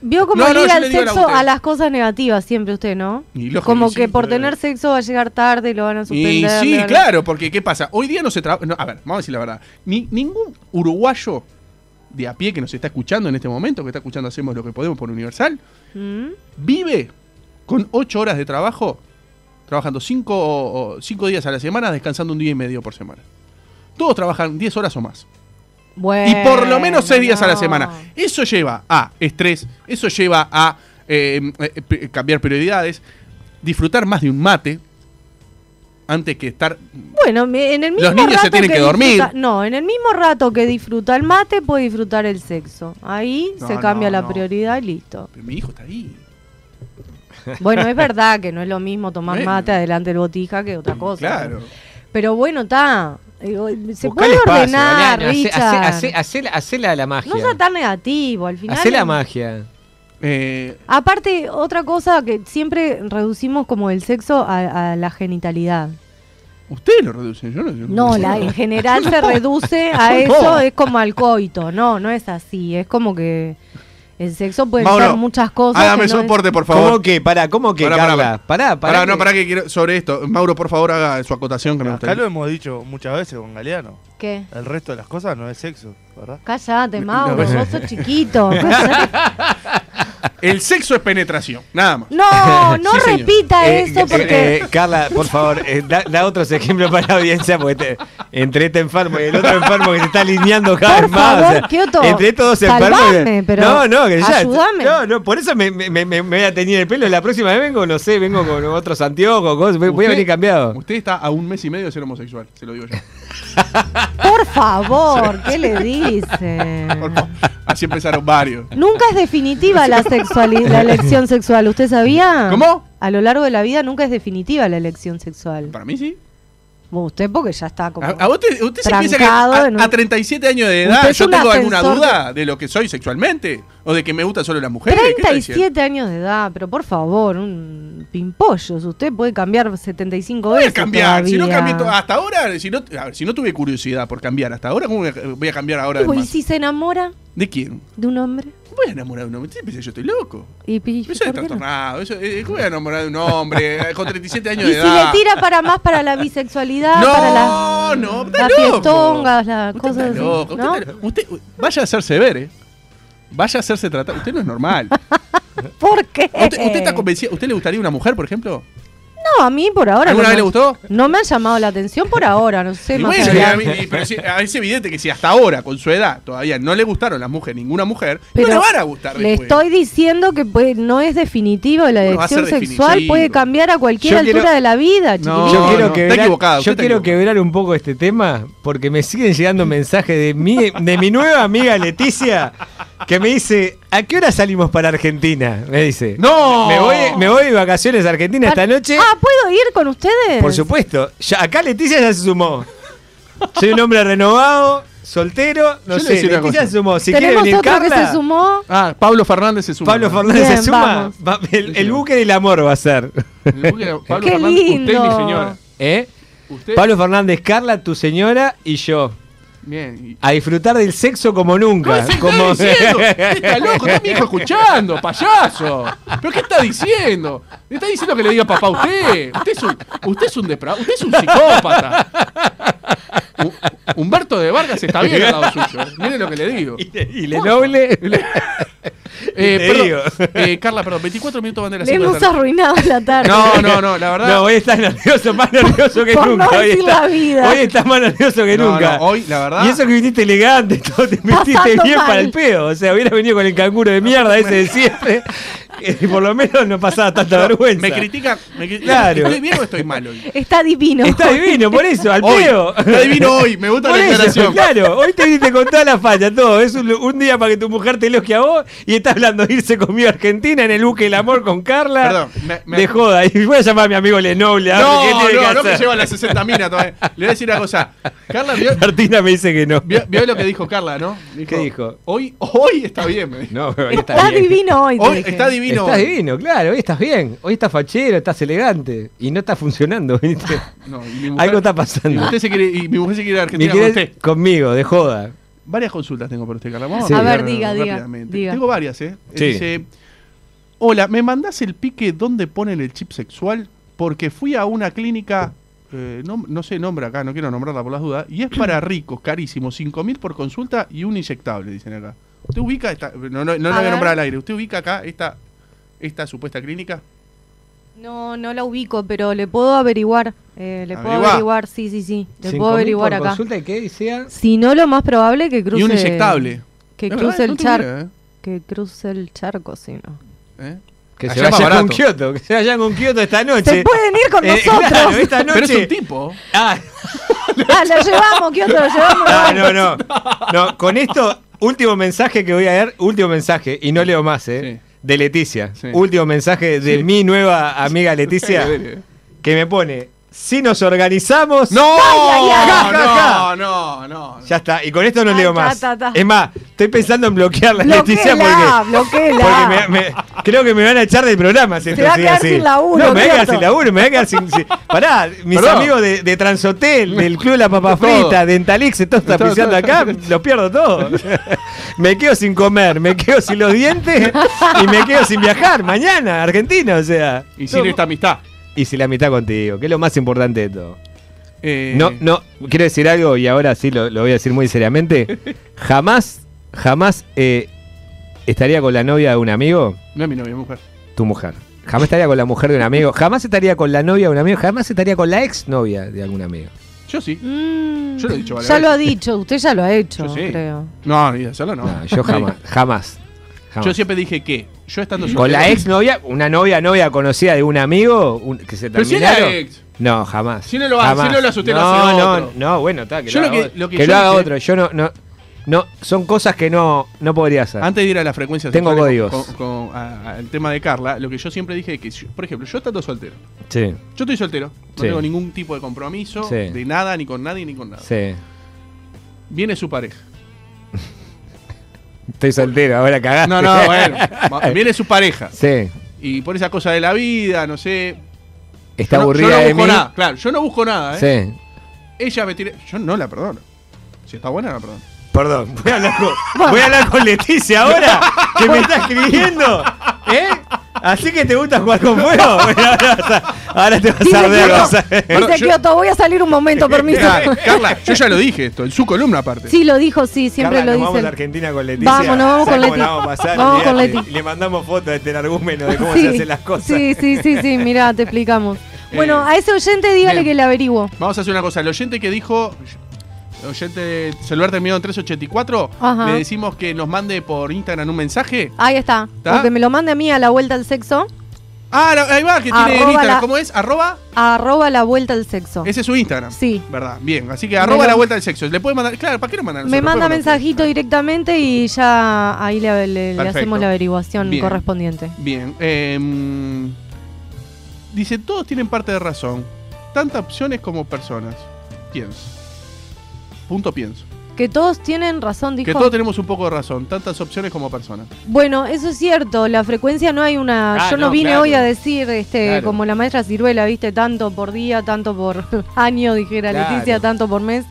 Speaker 2: Vio como
Speaker 4: No, no,
Speaker 2: liga
Speaker 4: yo le
Speaker 2: el
Speaker 4: digo a la
Speaker 2: sexo
Speaker 4: usted.
Speaker 2: a las cosas negativas siempre usted, ¿no?
Speaker 4: Y lógico
Speaker 2: como
Speaker 4: que
Speaker 2: que
Speaker 4: sí,
Speaker 2: por
Speaker 4: pero-
Speaker 2: tener sexo va a llegar tarde y lo van a
Speaker 4: Y
Speaker 2: suspender. le
Speaker 4: sí,
Speaker 2: van a-
Speaker 4: claro, porque ¿qué pasa? Hoy día no se trabaja. a ver, vamos a decir la verdad. Ni, ningún uruguayo de a pie que nos está escuchando en este momento, que está escuchando Hacemos lo que podemos por Universal,
Speaker 2: ¿Mm?
Speaker 4: vive con 8 horas de trabajo, trabajando 5 días a la semana, descansando un día y medio por semana. Todos trabajan 10 horas o más. Y
Speaker 2: Bueno,
Speaker 4: por lo menos 6 días a la
Speaker 2: no.
Speaker 4: semana. Eso lleva a estrés, eso lleva a eh, eh, p- cambiar prioridades, disfrutar más de un mate antes que estar... "Mm,
Speaker 2: Bueno, me- en el mismo
Speaker 4: Los niños se
Speaker 2: rato
Speaker 4: tienen que dormir.
Speaker 2: disfruta- no, en el mismo rato que disfruta el mate puede disfrutar el sexo. Ahí
Speaker 4: No,
Speaker 2: se cambia
Speaker 4: no,
Speaker 2: la
Speaker 4: no.
Speaker 2: prioridad y listo.
Speaker 4: Pero mi hijo está ahí.
Speaker 2: Bueno, es verdad que no es lo mismo tomar
Speaker 4: Bueno.
Speaker 2: mate adelante del botija que otra cosa.
Speaker 4: Mm, Claro.
Speaker 2: Pero bueno, está. Digo, Se
Speaker 5: Buscá el
Speaker 2: puede
Speaker 5: espacio,
Speaker 2: ordenar,
Speaker 5: Galeano, hace-
Speaker 2: Richard.
Speaker 5: hace- hace- hace- Hacela la magia.
Speaker 2: no sea tan negativo al final.
Speaker 5: Hacé la magia.
Speaker 4: Eh,
Speaker 2: Aparte, otra cosa que siempre reducimos como el sexo a, a la genitalidad.
Speaker 4: Ustedes lo reducen, yo no. yo
Speaker 2: No, la, en general se reduce a eso, es como al coito. No, no es así. Es como que el sexo puede
Speaker 4: Mauro,
Speaker 2: ser muchas cosas.
Speaker 4: Hágame
Speaker 2: que no es-
Speaker 4: soporte, por favor.
Speaker 5: ¿Cómo que? Pará, ¿cómo que,
Speaker 4: Pará, pará,
Speaker 5: Carla? Pará, pará.
Speaker 4: Pará, no,
Speaker 5: que-
Speaker 4: pará que quiero sobre esto. Mauro, por favor, haga su acotación que me
Speaker 6: Acá lo
Speaker 4: gustaría.
Speaker 6: hemos dicho muchas veces con Galeano.
Speaker 2: ¿Qué?
Speaker 6: El resto de las cosas no es sexo, ¿verdad?
Speaker 2: Cállate, Mauro,
Speaker 4: ves.
Speaker 2: vos sos chiquito. cállate.
Speaker 4: El sexo es penetración, nada más.
Speaker 2: No, no
Speaker 4: Sí, señor.
Speaker 2: repita
Speaker 5: Eh,
Speaker 2: eso
Speaker 5: eh,
Speaker 2: porque...
Speaker 5: eh, Carla, por favor, eh, da, da otros ejemplos para la audiencia, porque te- entre este enfermo y el otro enfermo que se está alineando cada
Speaker 2: Por
Speaker 5: vez más.
Speaker 2: favor, Kioto,
Speaker 5: entre estos dos enfermos.
Speaker 2: salvame, pero
Speaker 5: eh, no, no, que ya.
Speaker 2: ayúdame.
Speaker 5: No, no, por eso me, me- me- me voy a teñir el pelo. La próxima vez vengo, no sé, vengo con otros anteojos, cosas, voy a
Speaker 4: Usted-
Speaker 5: venir cambiado.
Speaker 4: Usted está a un mes y medio de ser homosexual, se lo digo yo.
Speaker 2: Por favor, ¿qué le dice?
Speaker 4: Por favor. Así empezaron varios.
Speaker 2: Nunca es definitiva la sexualidad, la elección sexual. ¿Usted sabía?
Speaker 4: ¿Cómo?
Speaker 2: A lo largo de la vida nunca es definitiva la elección sexual.
Speaker 4: Para mí sí.
Speaker 2: Bueno, Usted porque ya está como...
Speaker 4: A, a usted, usted se piensa que
Speaker 2: Trancado
Speaker 4: a,
Speaker 2: en un-
Speaker 4: a 37 años de
Speaker 2: Usted
Speaker 4: edad
Speaker 2: es
Speaker 4: yo
Speaker 2: un
Speaker 4: tengo alguna
Speaker 2: ascensor
Speaker 4: duda de lo que soy sexualmente o de que me gustan solo las mujeres. ¿Qué está diciendo?
Speaker 2: 37 años de edad, pero por favor, un pimpollos. Usted puede cambiar 75
Speaker 4: Voy a
Speaker 2: veces.
Speaker 4: cambiar. Si no ah,
Speaker 2: todavía.
Speaker 4: cambié to- hasta ahora, si no, a ver, si no tuve curiosidad por cambiar hasta ahora, ¿cómo voy a, voy a cambiar ahora?
Speaker 2: Y
Speaker 4: de
Speaker 2: bueno, ¿Y
Speaker 4: más?
Speaker 2: si se enamora
Speaker 4: ¿De quién?
Speaker 2: de un hombre?
Speaker 4: Voy a enamorar de un hombre. Siempre yo estoy loco.
Speaker 2: ¿Y, pi-
Speaker 4: Eso es
Speaker 2: por qué no?
Speaker 4: trastornado. Eso, eh, ¿Cómo voy a enamorar de un hombre eh, con 37 años
Speaker 2: ¿Y
Speaker 4: de
Speaker 2: si le
Speaker 4: edad?
Speaker 2: tira para más para la bisexualidad?
Speaker 4: No,
Speaker 2: para la,
Speaker 4: no, está
Speaker 2: las
Speaker 4: loco.
Speaker 2: fiestongas, las
Speaker 4: Usted
Speaker 2: cosas
Speaker 4: está
Speaker 2: así.
Speaker 4: loco, usted
Speaker 2: ¿no?
Speaker 4: está lo- usted- u- vaya a hacerse ver, ¿eh? Vaya a hacerse tratar. Usted no es normal.
Speaker 2: ¿Por qué?
Speaker 4: ¿Usted, usted
Speaker 2: Eh.
Speaker 4: está convencida? ¿Usted le gustaría una mujer, por ejemplo?
Speaker 2: No, a mí por ahora.
Speaker 4: ¿Alguna vez
Speaker 2: no me-
Speaker 4: le gustó?
Speaker 2: No me han llamado la atención por ahora, no sé.
Speaker 4: Y
Speaker 2: más
Speaker 4: bueno,
Speaker 2: adelante.
Speaker 4: y a mí- pero si- a- es evidente que si hasta ahora, con su edad, todavía no le gustaron las mujeres, ninguna mujer,
Speaker 2: Pero
Speaker 4: no le van a gustar
Speaker 2: Le
Speaker 4: después.
Speaker 2: estoy diciendo que pues, no es definitivo la
Speaker 4: Bueno, va a
Speaker 2: elección
Speaker 4: ser
Speaker 2: sexual,
Speaker 4: definitivo.
Speaker 2: puede cambiar a cualquier
Speaker 5: Yo
Speaker 2: altura
Speaker 5: quiero-
Speaker 2: de la vida, Ah,
Speaker 4: No,
Speaker 5: Yo
Speaker 2: chiquitín.
Speaker 5: quiero,
Speaker 4: no,
Speaker 5: quebrar,
Speaker 4: está equivocado,
Speaker 5: yo
Speaker 4: usted está
Speaker 5: quiero
Speaker 4: equivocado.
Speaker 5: quebrar un poco este tema porque me siguen llegando mensajes de mi, de mi nueva amiga Leticia que me dice, ¿a qué hora salimos para Argentina? Me dice.
Speaker 4: ¡No!
Speaker 5: Me voy, me voy de vacaciones a Argentina esta noche.
Speaker 2: Ah, ¿puedo ir con ustedes?
Speaker 5: Por supuesto. Ya, acá Leticia ya se sumó. Soy un hombre renovado, soltero,
Speaker 4: Yo
Speaker 5: no
Speaker 4: le
Speaker 5: sé.
Speaker 4: decía una
Speaker 5: Leticia
Speaker 4: cosa.
Speaker 5: se sumó. Si quiere
Speaker 2: Tenemos
Speaker 5: venir
Speaker 2: otro que
Speaker 5: Carla,
Speaker 2: se sumó.
Speaker 4: Ah, Pablo Fernández se suma.
Speaker 5: Pablo Fernández
Speaker 2: Bien,
Speaker 5: se suma.
Speaker 2: vamos.
Speaker 5: va- el, el buque del amor va a ser.
Speaker 4: Pablo
Speaker 2: Qué
Speaker 4: Fernández, usted y mi
Speaker 2: lindo.
Speaker 4: señora.
Speaker 5: ¿Eh?
Speaker 4: Usted-
Speaker 5: Pablo Fernández, Carla, tu señora y yo.
Speaker 4: Bien. y-
Speaker 5: A disfrutar del sexo como
Speaker 4: ¿Cómo
Speaker 5: nunca.
Speaker 4: se está
Speaker 5: como
Speaker 4: diciendo? Está loco, está mi hijo escuchando, payaso. ¿Pero qué está diciendo? Le está diciendo que le diga papá a usted. Usted es un, usted es un depravado, usted es un psicópata. Hu- Humberto de Vargas está bien al lado suyo. ¿eh? Miren lo que le digo.
Speaker 5: y le noble.
Speaker 4: Eh,
Speaker 5: te
Speaker 4: perdón,
Speaker 5: digo.
Speaker 4: eh, Carla, perdón, 24 minutos van de la
Speaker 2: Le hemos arruinado la tarde.
Speaker 4: No, no, no, la verdad.
Speaker 5: No, hoy estás nervioso, más nervioso que
Speaker 2: Por no
Speaker 5: nunca. hoy,
Speaker 2: decir
Speaker 5: está-
Speaker 2: la vida.
Speaker 5: hoy estás más nervioso que
Speaker 4: No,
Speaker 5: nunca.
Speaker 4: no, hoy, la verdad.
Speaker 5: Y eso que viniste elegante, todo, te
Speaker 2: Pasando
Speaker 5: metiste bien
Speaker 2: mal.
Speaker 5: para el pedo. O sea, hubiera venido con el canguro de mierda ese de siempre. y por lo menos no pasaba tanta vergüenza.
Speaker 4: me critican. Me critican.
Speaker 5: Claro.
Speaker 4: ¿Estoy bien o estoy mal hoy?
Speaker 2: Está divino.
Speaker 5: Está divino, por eso, al
Speaker 4: Hoy,
Speaker 5: pedo.
Speaker 4: está divino hoy, me gusta la
Speaker 5: Por eso,
Speaker 4: declaración.
Speaker 5: claro, hoy te viniste con toda la falla, todo. Es un, un día para que tu mujer te elogie a vos y estás hablando de irse conmigo a Argentina en el buque El Amor con Carla.
Speaker 4: Perdón, me- me-
Speaker 5: De joda. Y voy a llamar a mi amigo Lenoble. a ver
Speaker 4: No,
Speaker 5: Ah, qué tiene
Speaker 4: no, no
Speaker 5: hacer.
Speaker 4: que lleva las 60 minas todavía. Le voy a decir una cosa. Carla vio,
Speaker 5: Martina me dice que no.
Speaker 4: vio- vio lo que dijo Carla, ¿no?
Speaker 5: ¿Qué dijo?
Speaker 4: Hoy, hoy está bien, me dijo.
Speaker 5: No, pero hoy
Speaker 2: está
Speaker 5: está, bien.
Speaker 2: divino hoy. te
Speaker 4: Hoy
Speaker 2: dije.
Speaker 4: está divino.
Speaker 5: Estás
Speaker 4: hoy.
Speaker 5: divino, claro, hoy estás bien. Hoy estás fachero, estás elegante. Y no está funcionando, ¿viste?
Speaker 4: No, y mi
Speaker 5: Algo está pasando.
Speaker 4: Y, usted se quiere, y mi mujer se quiere ir a
Speaker 5: Ni
Speaker 4: Argentina con
Speaker 5: querés
Speaker 4: usted.
Speaker 5: conmigo, de joda.
Speaker 4: Varias consultas tengo para usted, Carla. Vamos
Speaker 5: Sí.
Speaker 4: a
Speaker 5: A
Speaker 2: ver,
Speaker 4: ver,
Speaker 2: diga, diga,
Speaker 4: rápidamente.
Speaker 2: diga.
Speaker 4: Tengo varias, ¿eh?
Speaker 5: Sí.
Speaker 4: Dice, hola, ¿me mandás el pique dónde ponen el chip sexual? Porque fui a una clínica, eh, no, no sé nombre acá, no quiero nombrarla por las dudas, y es para ricos, carísimo, 5 mil por consulta y un inyectable, dicen acá. ¿Usted ubica esta? No, no, no la voy a
Speaker 2: ver.
Speaker 4: nombrar al aire. ¿Usted ubica acá esta, esta supuesta clínica?
Speaker 2: No, no la ubico, pero le puedo averiguar. eh, le puedo
Speaker 4: Averiguá.
Speaker 2: averiguar, sí, sí, sí. Le
Speaker 5: Cinco
Speaker 2: puedo
Speaker 5: mil
Speaker 2: averiguar
Speaker 5: por
Speaker 2: acá.
Speaker 5: Consulta y que sea.
Speaker 2: Si no, lo más probable que cruce.
Speaker 4: y un inyectable.
Speaker 2: Que
Speaker 4: Es
Speaker 2: cruce
Speaker 4: verdad,
Speaker 2: el
Speaker 4: no tengo
Speaker 2: charco.
Speaker 4: idea, ¿eh?
Speaker 2: Que cruce el charco, si no.
Speaker 4: ¿Eh?
Speaker 5: Que se
Speaker 4: Allá es más
Speaker 5: vayan con
Speaker 4: barato.
Speaker 5: Kioto, que se vayan con Kioto esta noche.
Speaker 2: Se pueden ir con
Speaker 5: Eh,
Speaker 2: nosotros.
Speaker 5: claro, esta
Speaker 4: Pero es un
Speaker 5: noche.
Speaker 4: tipo.
Speaker 5: Ah,
Speaker 2: Ah, lo llevamos, Kioto, lo llevamos.
Speaker 5: no, no, no, no. Con esto, último mensaje que voy a dar, último mensaje, y no leo más, ¿eh?
Speaker 4: Sí.
Speaker 5: De Leticia.
Speaker 4: Sí.
Speaker 5: Último mensaje de
Speaker 4: Sí.
Speaker 5: mi nueva amiga Leticia, que me pone: Si nos organizamos.
Speaker 4: No,
Speaker 2: ay, ay!
Speaker 5: Ja, ja,
Speaker 4: no,
Speaker 5: ja.
Speaker 4: no, no, no.
Speaker 5: Ya está, y con esto no
Speaker 2: Ay,
Speaker 5: leo
Speaker 2: ta,
Speaker 5: más.
Speaker 2: ta, ta.
Speaker 5: Es más, estoy pensando en bloquearla a Leticia
Speaker 2: Bloqueela,
Speaker 5: porque, porque
Speaker 2: bloqueela.
Speaker 5: me- me- creo que me van a echar del programa si
Speaker 2: Te
Speaker 5: esto
Speaker 2: va a
Speaker 5: sigue
Speaker 2: quedar
Speaker 5: así.
Speaker 2: sin laburo,
Speaker 5: No, me voy a quedar
Speaker 2: Kioto.
Speaker 5: sin laburo, me voy a quedar sin. sin- Pará, mis
Speaker 4: Perdón.
Speaker 5: amigos de, de Transhotel, del Club La Papa
Speaker 4: Todo.
Speaker 5: Frita, de Entalix, todos están
Speaker 4: Todo,
Speaker 5: pisando
Speaker 4: todo.
Speaker 5: acá, los pierdo todos. me quedo sin comer, me quedo sin los dientes y me quedo sin viajar mañana, a Argentina, o sea.
Speaker 4: Y sirve esta amistad.
Speaker 5: Y sin la mitad contigo, que es lo más importante de todo.
Speaker 4: Eh,
Speaker 5: No, no, quiero decir algo y ahora sí lo, lo voy a decir muy seriamente. Jamás, jamás eh, estaría con la novia de un amigo,
Speaker 4: No es mi novia, es mi mujer.
Speaker 5: tu mujer. Jamás estaría con la mujer de un amigo. Jamás estaría con la novia de un amigo. Jamás estaría con la ex novia de algún amigo.
Speaker 4: Yo sí.
Speaker 2: Mm,
Speaker 4: Yo lo he dicho varias
Speaker 2: Ya lo ha
Speaker 4: veces.
Speaker 2: dicho, usted ya lo ha hecho,
Speaker 4: Yo sí.
Speaker 2: creo.
Speaker 4: No, ni de solo no.
Speaker 5: No, yo jamás, jamás. jamás.
Speaker 4: Yo siempre dije que yo estando
Speaker 5: Con
Speaker 4: soltero-
Speaker 5: la ex novia, una novia novia conocida de un amigo un- que se
Speaker 4: Pero si era
Speaker 5: terminaron.
Speaker 4: ex.
Speaker 5: No, jamás.
Speaker 4: Si no lo hace-
Speaker 5: Jamás.
Speaker 4: si no lo hace usted, lo
Speaker 5: no,
Speaker 4: hace
Speaker 5: no,
Speaker 4: otro.
Speaker 5: no, bueno, está, que
Speaker 4: Yo
Speaker 5: lo
Speaker 4: lo
Speaker 5: haga,
Speaker 4: que-
Speaker 5: otro.
Speaker 4: lo que
Speaker 5: Que
Speaker 4: yo
Speaker 5: lo haga
Speaker 4: hice-
Speaker 5: otro. Yo no, no, no, son cosas que no, no podría hacer.
Speaker 4: Antes de ir a la frecuencia
Speaker 5: Tengo
Speaker 4: sexual,
Speaker 5: códigos.
Speaker 4: con- con- a- al tema de Carla, lo que yo siempre dije que, si- por ejemplo, yo estando soltero,
Speaker 5: Sí,
Speaker 4: yo estoy soltero, no
Speaker 5: Sí.
Speaker 4: tengo ningún tipo de compromiso,
Speaker 5: Sí.
Speaker 4: de nada, ni con nadie, ni con nada.
Speaker 5: sí.
Speaker 4: Viene su pareja.
Speaker 5: Estoy soltero, ahora cagaste.
Speaker 4: No, no, bueno. Va- Viene su pareja.
Speaker 5: Sí,
Speaker 4: Y por esa cosa de la vida, no sé.
Speaker 5: está
Speaker 4: yo no, yo
Speaker 5: aburrida
Speaker 4: no
Speaker 5: de
Speaker 4: busco
Speaker 5: mí.
Speaker 4: nada. Claro, yo no busco nada, ¿eh?
Speaker 5: Sí.
Speaker 4: Ella me tira. Yo no la perdono. Si está buena, no la perdono.
Speaker 5: Perdón, voy a hablar con, voy a hablar con Leticia ahora, que me está escribiendo. ¿Eh? Así que te gusta jugar con fuego. Bueno, ahora, vas a- ahora te vas
Speaker 2: Dice
Speaker 5: a ver.
Speaker 2: Kioto,
Speaker 5: vas a ver.
Speaker 4: Perdón,
Speaker 2: dice
Speaker 4: yo-
Speaker 2: Kioto, voy a salir un momento, permiso.
Speaker 4: Claro, Carla, yo ya lo dije esto, en su columna aparte.
Speaker 2: Sí, lo dijo, sí, siempre
Speaker 5: Carla, nos
Speaker 2: lo
Speaker 5: vamos a
Speaker 2: dice.
Speaker 5: la Argentina con Leticia.
Speaker 2: Vamos, nos vamos
Speaker 5: ¿Sabes
Speaker 2: con
Speaker 5: cómo la
Speaker 2: Leti.
Speaker 5: Vamos, a pasar?
Speaker 2: Vamos con
Speaker 5: Olvídate.
Speaker 2: Leti.
Speaker 5: Le mandamos fotos de Tenargúmeno de cómo
Speaker 2: Sí,
Speaker 5: se hacen las cosas. Eh,
Speaker 2: Sí, sí, sí, sí, mirá, te explicamos. Bueno, a ese oyente dígale
Speaker 4: bien.
Speaker 2: que le averiguo.
Speaker 4: Vamos a hacer una cosa. El oyente que dijo. el oyente celular terminado en 384.
Speaker 2: Ajá.
Speaker 4: Le decimos que nos mande por Instagram un mensaje.
Speaker 2: Ahí está.
Speaker 4: ¿Está?
Speaker 2: O que me lo mande a mí a la vuelta al sexo.
Speaker 4: Ah, la- ahí va, que tiene en
Speaker 2: Arroba
Speaker 4: Instagram.
Speaker 2: la-
Speaker 4: ¿Cómo es? Arroba.
Speaker 2: Arroba la vuelta al sexo.
Speaker 4: Ese es su Instagram.
Speaker 2: Sí.
Speaker 4: ¿Verdad? Bien. Así que arroba
Speaker 2: lo-
Speaker 4: la vuelta del sexo. Le puede mandar. Claro, ¿para qué no mandar?
Speaker 2: Me
Speaker 4: nosotros?
Speaker 2: manda
Speaker 4: Puede mandar
Speaker 2: mensajito directamente y ya ahí le, le- le
Speaker 4: Perfecto.
Speaker 2: hacemos la averiguación
Speaker 4: Bien.
Speaker 2: correspondiente.
Speaker 4: usted. Bien. em, dice: Todos tienen parte de razón. Tantas opciones como personas. Pienso. Punto pienso.
Speaker 2: Que todos tienen razón, dijo.
Speaker 4: Que todos tenemos un poco de razón. Tantas opciones como personas.
Speaker 2: Bueno, eso es cierto, la frecuencia no hay una...
Speaker 5: Ah,
Speaker 2: Yo no,
Speaker 5: no,
Speaker 2: vine
Speaker 5: claro.
Speaker 2: hoy a decir, este,
Speaker 5: Claro.
Speaker 2: como la maestra Ciruela, viste, tanto por día, tanto por año, dijera
Speaker 5: Claro.
Speaker 2: Leticia, tanto por mes.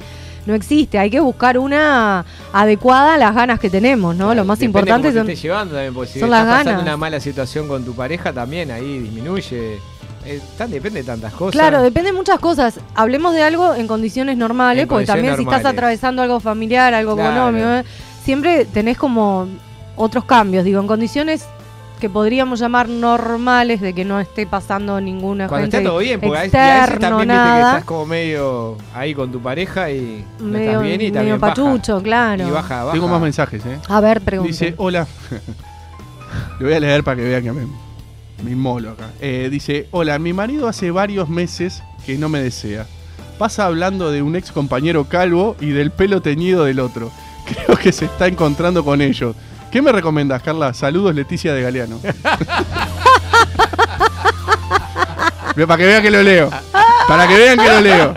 Speaker 2: No existe, hay que buscar una adecuada a las ganas que tenemos, ¿no? Lo más
Speaker 8: Depende
Speaker 2: importante
Speaker 8: cómo te
Speaker 2: son...
Speaker 8: estés llevando también, porque si
Speaker 2: son
Speaker 8: estás
Speaker 2: las
Speaker 8: pasando
Speaker 2: ganas.
Speaker 8: una mala situación con tu pareja también ahí disminuye. Eh, tan- depende de tantas cosas.
Speaker 2: Claro, depende de muchas cosas. Hablemos de algo en condiciones normales,
Speaker 8: En
Speaker 2: porque
Speaker 8: condiciones
Speaker 2: también si estás
Speaker 8: normales.
Speaker 2: atravesando algo familiar, algo
Speaker 8: Claro.
Speaker 2: económico, ¿eh? siempre tenés como otros cambios, digo, en condiciones que podríamos llamar normales, de que no esté pasando ninguna
Speaker 8: Cuando
Speaker 2: gente
Speaker 8: está todo bien, porque a veces- y a veces
Speaker 2: externo,
Speaker 8: también viste que
Speaker 2: nada,
Speaker 8: estás como medio ahí con tu pareja y no
Speaker 2: medio,
Speaker 8: estás bien y
Speaker 2: medio
Speaker 8: también baja.
Speaker 2: pachucho, claro.
Speaker 8: Y baja, baja.
Speaker 4: Tengo más mensajes, ¿eh?
Speaker 2: A ver, pregunta.
Speaker 4: Dice, hola. Lo voy a leer para que vean que me, me inmolo acá. Eh, dice, hola, mi marido hace varios meses que no me desea. Pasa hablando de un ex compañero calvo y del pelo teñido del otro. Creo que se está encontrando con ellos. ¿Qué me recomiendas, Carla? Saludos, Leticia de Galeano. Pero para que vean que lo leo. Para que vean que lo leo.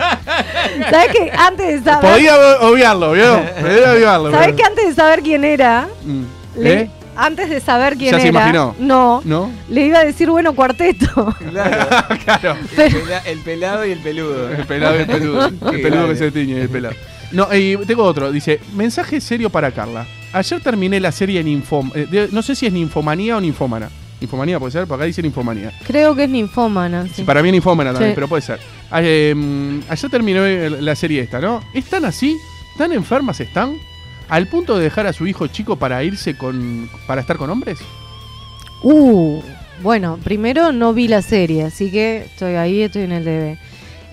Speaker 2: ¿Sabes que antes de saber,
Speaker 4: Podía obviarlo, ¿vio? Podía obviarlo.
Speaker 2: ¿sabés
Speaker 4: pero-
Speaker 2: que antes de saber quién era,
Speaker 4: Mm.
Speaker 2: le-
Speaker 4: ¿Eh?
Speaker 2: antes de saber quién
Speaker 4: Ya se
Speaker 2: era,
Speaker 4: imaginó.
Speaker 2: no,
Speaker 4: ¿No?
Speaker 2: le iba a decir bueno cuarteto.
Speaker 8: Claro,
Speaker 4: Claro.
Speaker 8: el, pela- el pelado y el peludo.
Speaker 4: El pelado, el peludo. El peludo que se tiñe, el pelado. No, y tengo otro. Dice, mensaje serio para Carla. Ayer terminé la serie Ninfom... eh, de- no sé si es Ninfomanía o Ninfomana. Ninfomanía puede ser, por acá dice Ninfomanía.
Speaker 2: Creo que es ninfómana. sí.
Speaker 4: Sí, Para mí es Ninfómana también,
Speaker 2: Sí.
Speaker 4: pero puede ser. Ah, eh, mm, ayer terminó el- la serie esta, ¿no? ¿Están así? ¿Tan enfermas están? ¿Al punto de dejar a su hijo chico para irse con... para estar con hombres?
Speaker 2: Uh, bueno, primero no vi la serie, así que estoy ahí, estoy en el debe.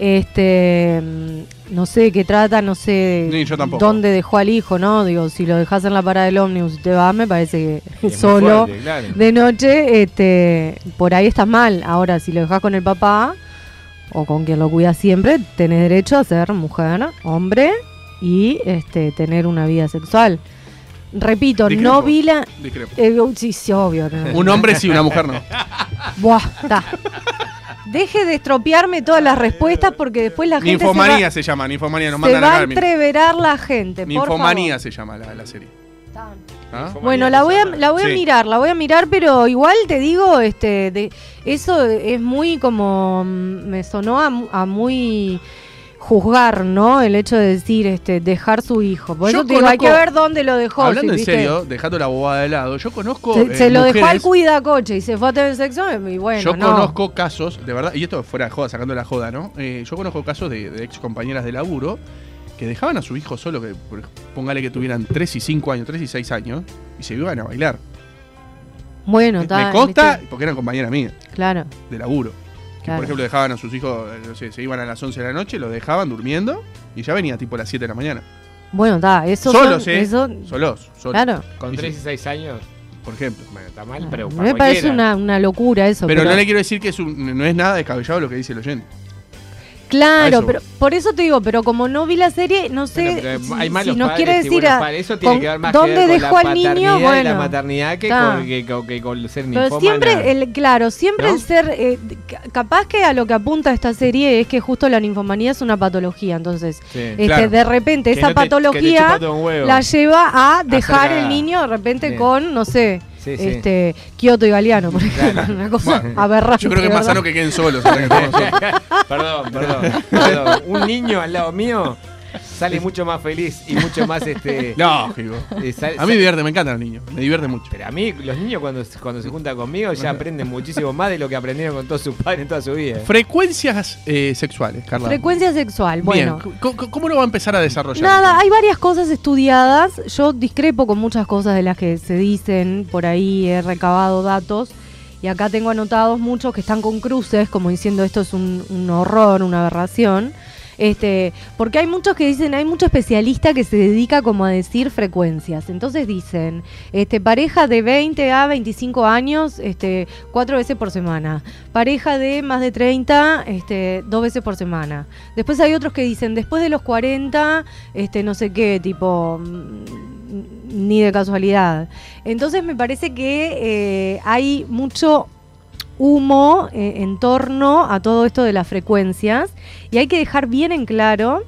Speaker 2: Este, mm, no sé de qué trata, no sé
Speaker 4: Ni yo tampoco.
Speaker 2: dónde dejó al hijo, ¿no? Digo, si lo dejas en la parada del ómnibus y te vas, me parece que
Speaker 8: Es muy
Speaker 2: solo
Speaker 8: fuerte, claro.
Speaker 2: de noche, este, por ahí estás mal. Ahora, si lo dejas con el papá o con quien lo cuida siempre, tenés derecho a ser mujer, hombre y este, tener una vida sexual. Repito, no
Speaker 4: Discrepo.
Speaker 2: vi la...
Speaker 4: Discrepo.
Speaker 2: eh, sí, sí, obvio. no.
Speaker 4: Un hombre sí, una mujer no.
Speaker 2: Buah, está. Deje de estropearme todas las respuestas porque después la gente se va,
Speaker 4: Ninfomanía se llama, Ninfomanía. Nos
Speaker 2: se
Speaker 4: mandan
Speaker 2: va
Speaker 4: acá
Speaker 2: a
Speaker 4: al min-
Speaker 2: entreverar la gente. por
Speaker 4: Ninfomanía se llama la, la serie.
Speaker 2: favor.
Speaker 4: ¿Ah?
Speaker 2: Bueno, la voy a, la voy a
Speaker 4: Sí.
Speaker 2: mirar, la voy a mirar, pero igual te digo, este, de- eso es muy como, mm, me sonó a, mu- a muy juzgar, ¿no? El hecho de decir, este, dejar su hijo. Por
Speaker 4: Yo
Speaker 2: eso te digo, hay que
Speaker 4: conozco-
Speaker 2: ver dónde lo dejó.
Speaker 4: Hablando
Speaker 2: si,
Speaker 4: en
Speaker 2: ¿viste?
Speaker 4: serio, dejando la bobada de lado, yo conozco.
Speaker 2: se,
Speaker 4: eh,
Speaker 2: se lo dejó al
Speaker 4: mujeres-
Speaker 2: cuida coche y se fue a tener sexo y bueno,
Speaker 4: Yo
Speaker 2: no.
Speaker 4: conozco casos, de verdad, y esto fuera de joda, sacando la joda, ¿no? Eh, yo conozco casos de, de ex compañeras de laburo que dejaban a su hijo solo, que por- póngale que tuvieran 3 y 5 años, 3 y 6 años, y se iban a bailar.
Speaker 2: Bueno, está,
Speaker 4: Me consta,
Speaker 2: ¿viste?
Speaker 4: porque eran compañeras mías,
Speaker 2: Claro.
Speaker 4: de laburo. Que
Speaker 2: Claro.
Speaker 4: por ejemplo dejaban a sus hijos, eh, no sé, se iban a las 11 de la noche, los dejaban durmiendo, y ya venía tipo a las 7 de la mañana.
Speaker 2: Bueno, está, eso
Speaker 4: Solos,
Speaker 2: son-
Speaker 4: ¿eh?
Speaker 2: eso-
Speaker 4: Solos, solos,
Speaker 2: claro.
Speaker 8: Con 3 y 6 años,
Speaker 4: por ejemplo.
Speaker 8: bueno, está mal, pero para
Speaker 2: me parece
Speaker 8: cualquiera.
Speaker 2: una, una locura eso.
Speaker 4: Pero no le quiero decir que es un- no es nada descabellado lo que dice el oyente. a
Speaker 2: Claro,
Speaker 4: Ah, eso
Speaker 2: pero por eso te digo, pero como no vi la serie, no
Speaker 8: Bueno,
Speaker 2: sé
Speaker 8: pero
Speaker 2: si,
Speaker 8: hay
Speaker 2: si
Speaker 8: malos
Speaker 2: nos
Speaker 8: padres
Speaker 2: quiere
Speaker 8: y
Speaker 2: decir
Speaker 8: buenos
Speaker 2: a-
Speaker 8: padres. Eso tiene
Speaker 2: con
Speaker 8: que ver más
Speaker 2: dónde
Speaker 8: que ver con
Speaker 2: dejó
Speaker 8: la
Speaker 2: al niño,
Speaker 8: paternidad y
Speaker 2: bueno.
Speaker 8: la maternidad que
Speaker 2: Ta.
Speaker 8: con, que, con- que con el ser
Speaker 2: Pero
Speaker 8: ninfómana.
Speaker 2: siempre, el, claro, siempre
Speaker 8: ¿No?
Speaker 2: el ser, eh, ca- capaz que a lo que apunta esta serie es que justo la ninfomanía es una patología, entonces,
Speaker 8: Sí.
Speaker 2: este,
Speaker 4: claro.
Speaker 2: de repente
Speaker 8: Que
Speaker 2: esa
Speaker 8: no te- que te
Speaker 2: patología
Speaker 8: chupa todo un huevo.
Speaker 2: la lleva a dejar
Speaker 8: cagada.
Speaker 2: el niño de repente
Speaker 8: Bien.
Speaker 2: con, no sé,
Speaker 8: Sí, sí.
Speaker 2: este, Kioto y Galeano, por ejemplo, una cosa aberrante.
Speaker 4: Yo creo que es más
Speaker 2: ¿verdad?
Speaker 4: sano que queden solos. ahora que estamos solos.
Speaker 8: Perdón, perdón, perdón. Un niño al lado mío sale mucho más feliz y mucho más este.
Speaker 4: Lógico.
Speaker 8: eh, sal-
Speaker 4: A mí me divierte, me encantan los niños. Me divierte mucho.
Speaker 8: Pero a mí, los niños cuando, cuando se juntan conmigo ya aprenden muchísimo más de lo que aprendieron con todos sus padres en toda su vida. ¿eh?
Speaker 4: Frecuencias eh, sexuales, Carla.
Speaker 2: Frecuencia sexual, bueno.
Speaker 4: Bien. C- c- ¿Cómo lo va a empezar a desarrollar?
Speaker 2: Nada, hay varias cosas estudiadas. Yo discrepo con muchas cosas de las que se dicen. Por ahí he recabado datos. Y acá tengo anotados muchos que están con cruces, como diciendo esto es un, un horror, una aberración. Este, porque hay muchos que dicen, hay mucho especialista que se dedica como a decir frecuencias. Entonces dicen, este, pareja de 20 a 25 años, este, cuatro veces por semana. Pareja de más de 30, este, dos veces por semana. Después hay otros que dicen, después de los 40, este, no sé qué, tipo, mm, ni de casualidad. Entonces me parece que eh, hay mucho humo eh, en torno a todo esto de las frecuencias y hay que dejar bien en claro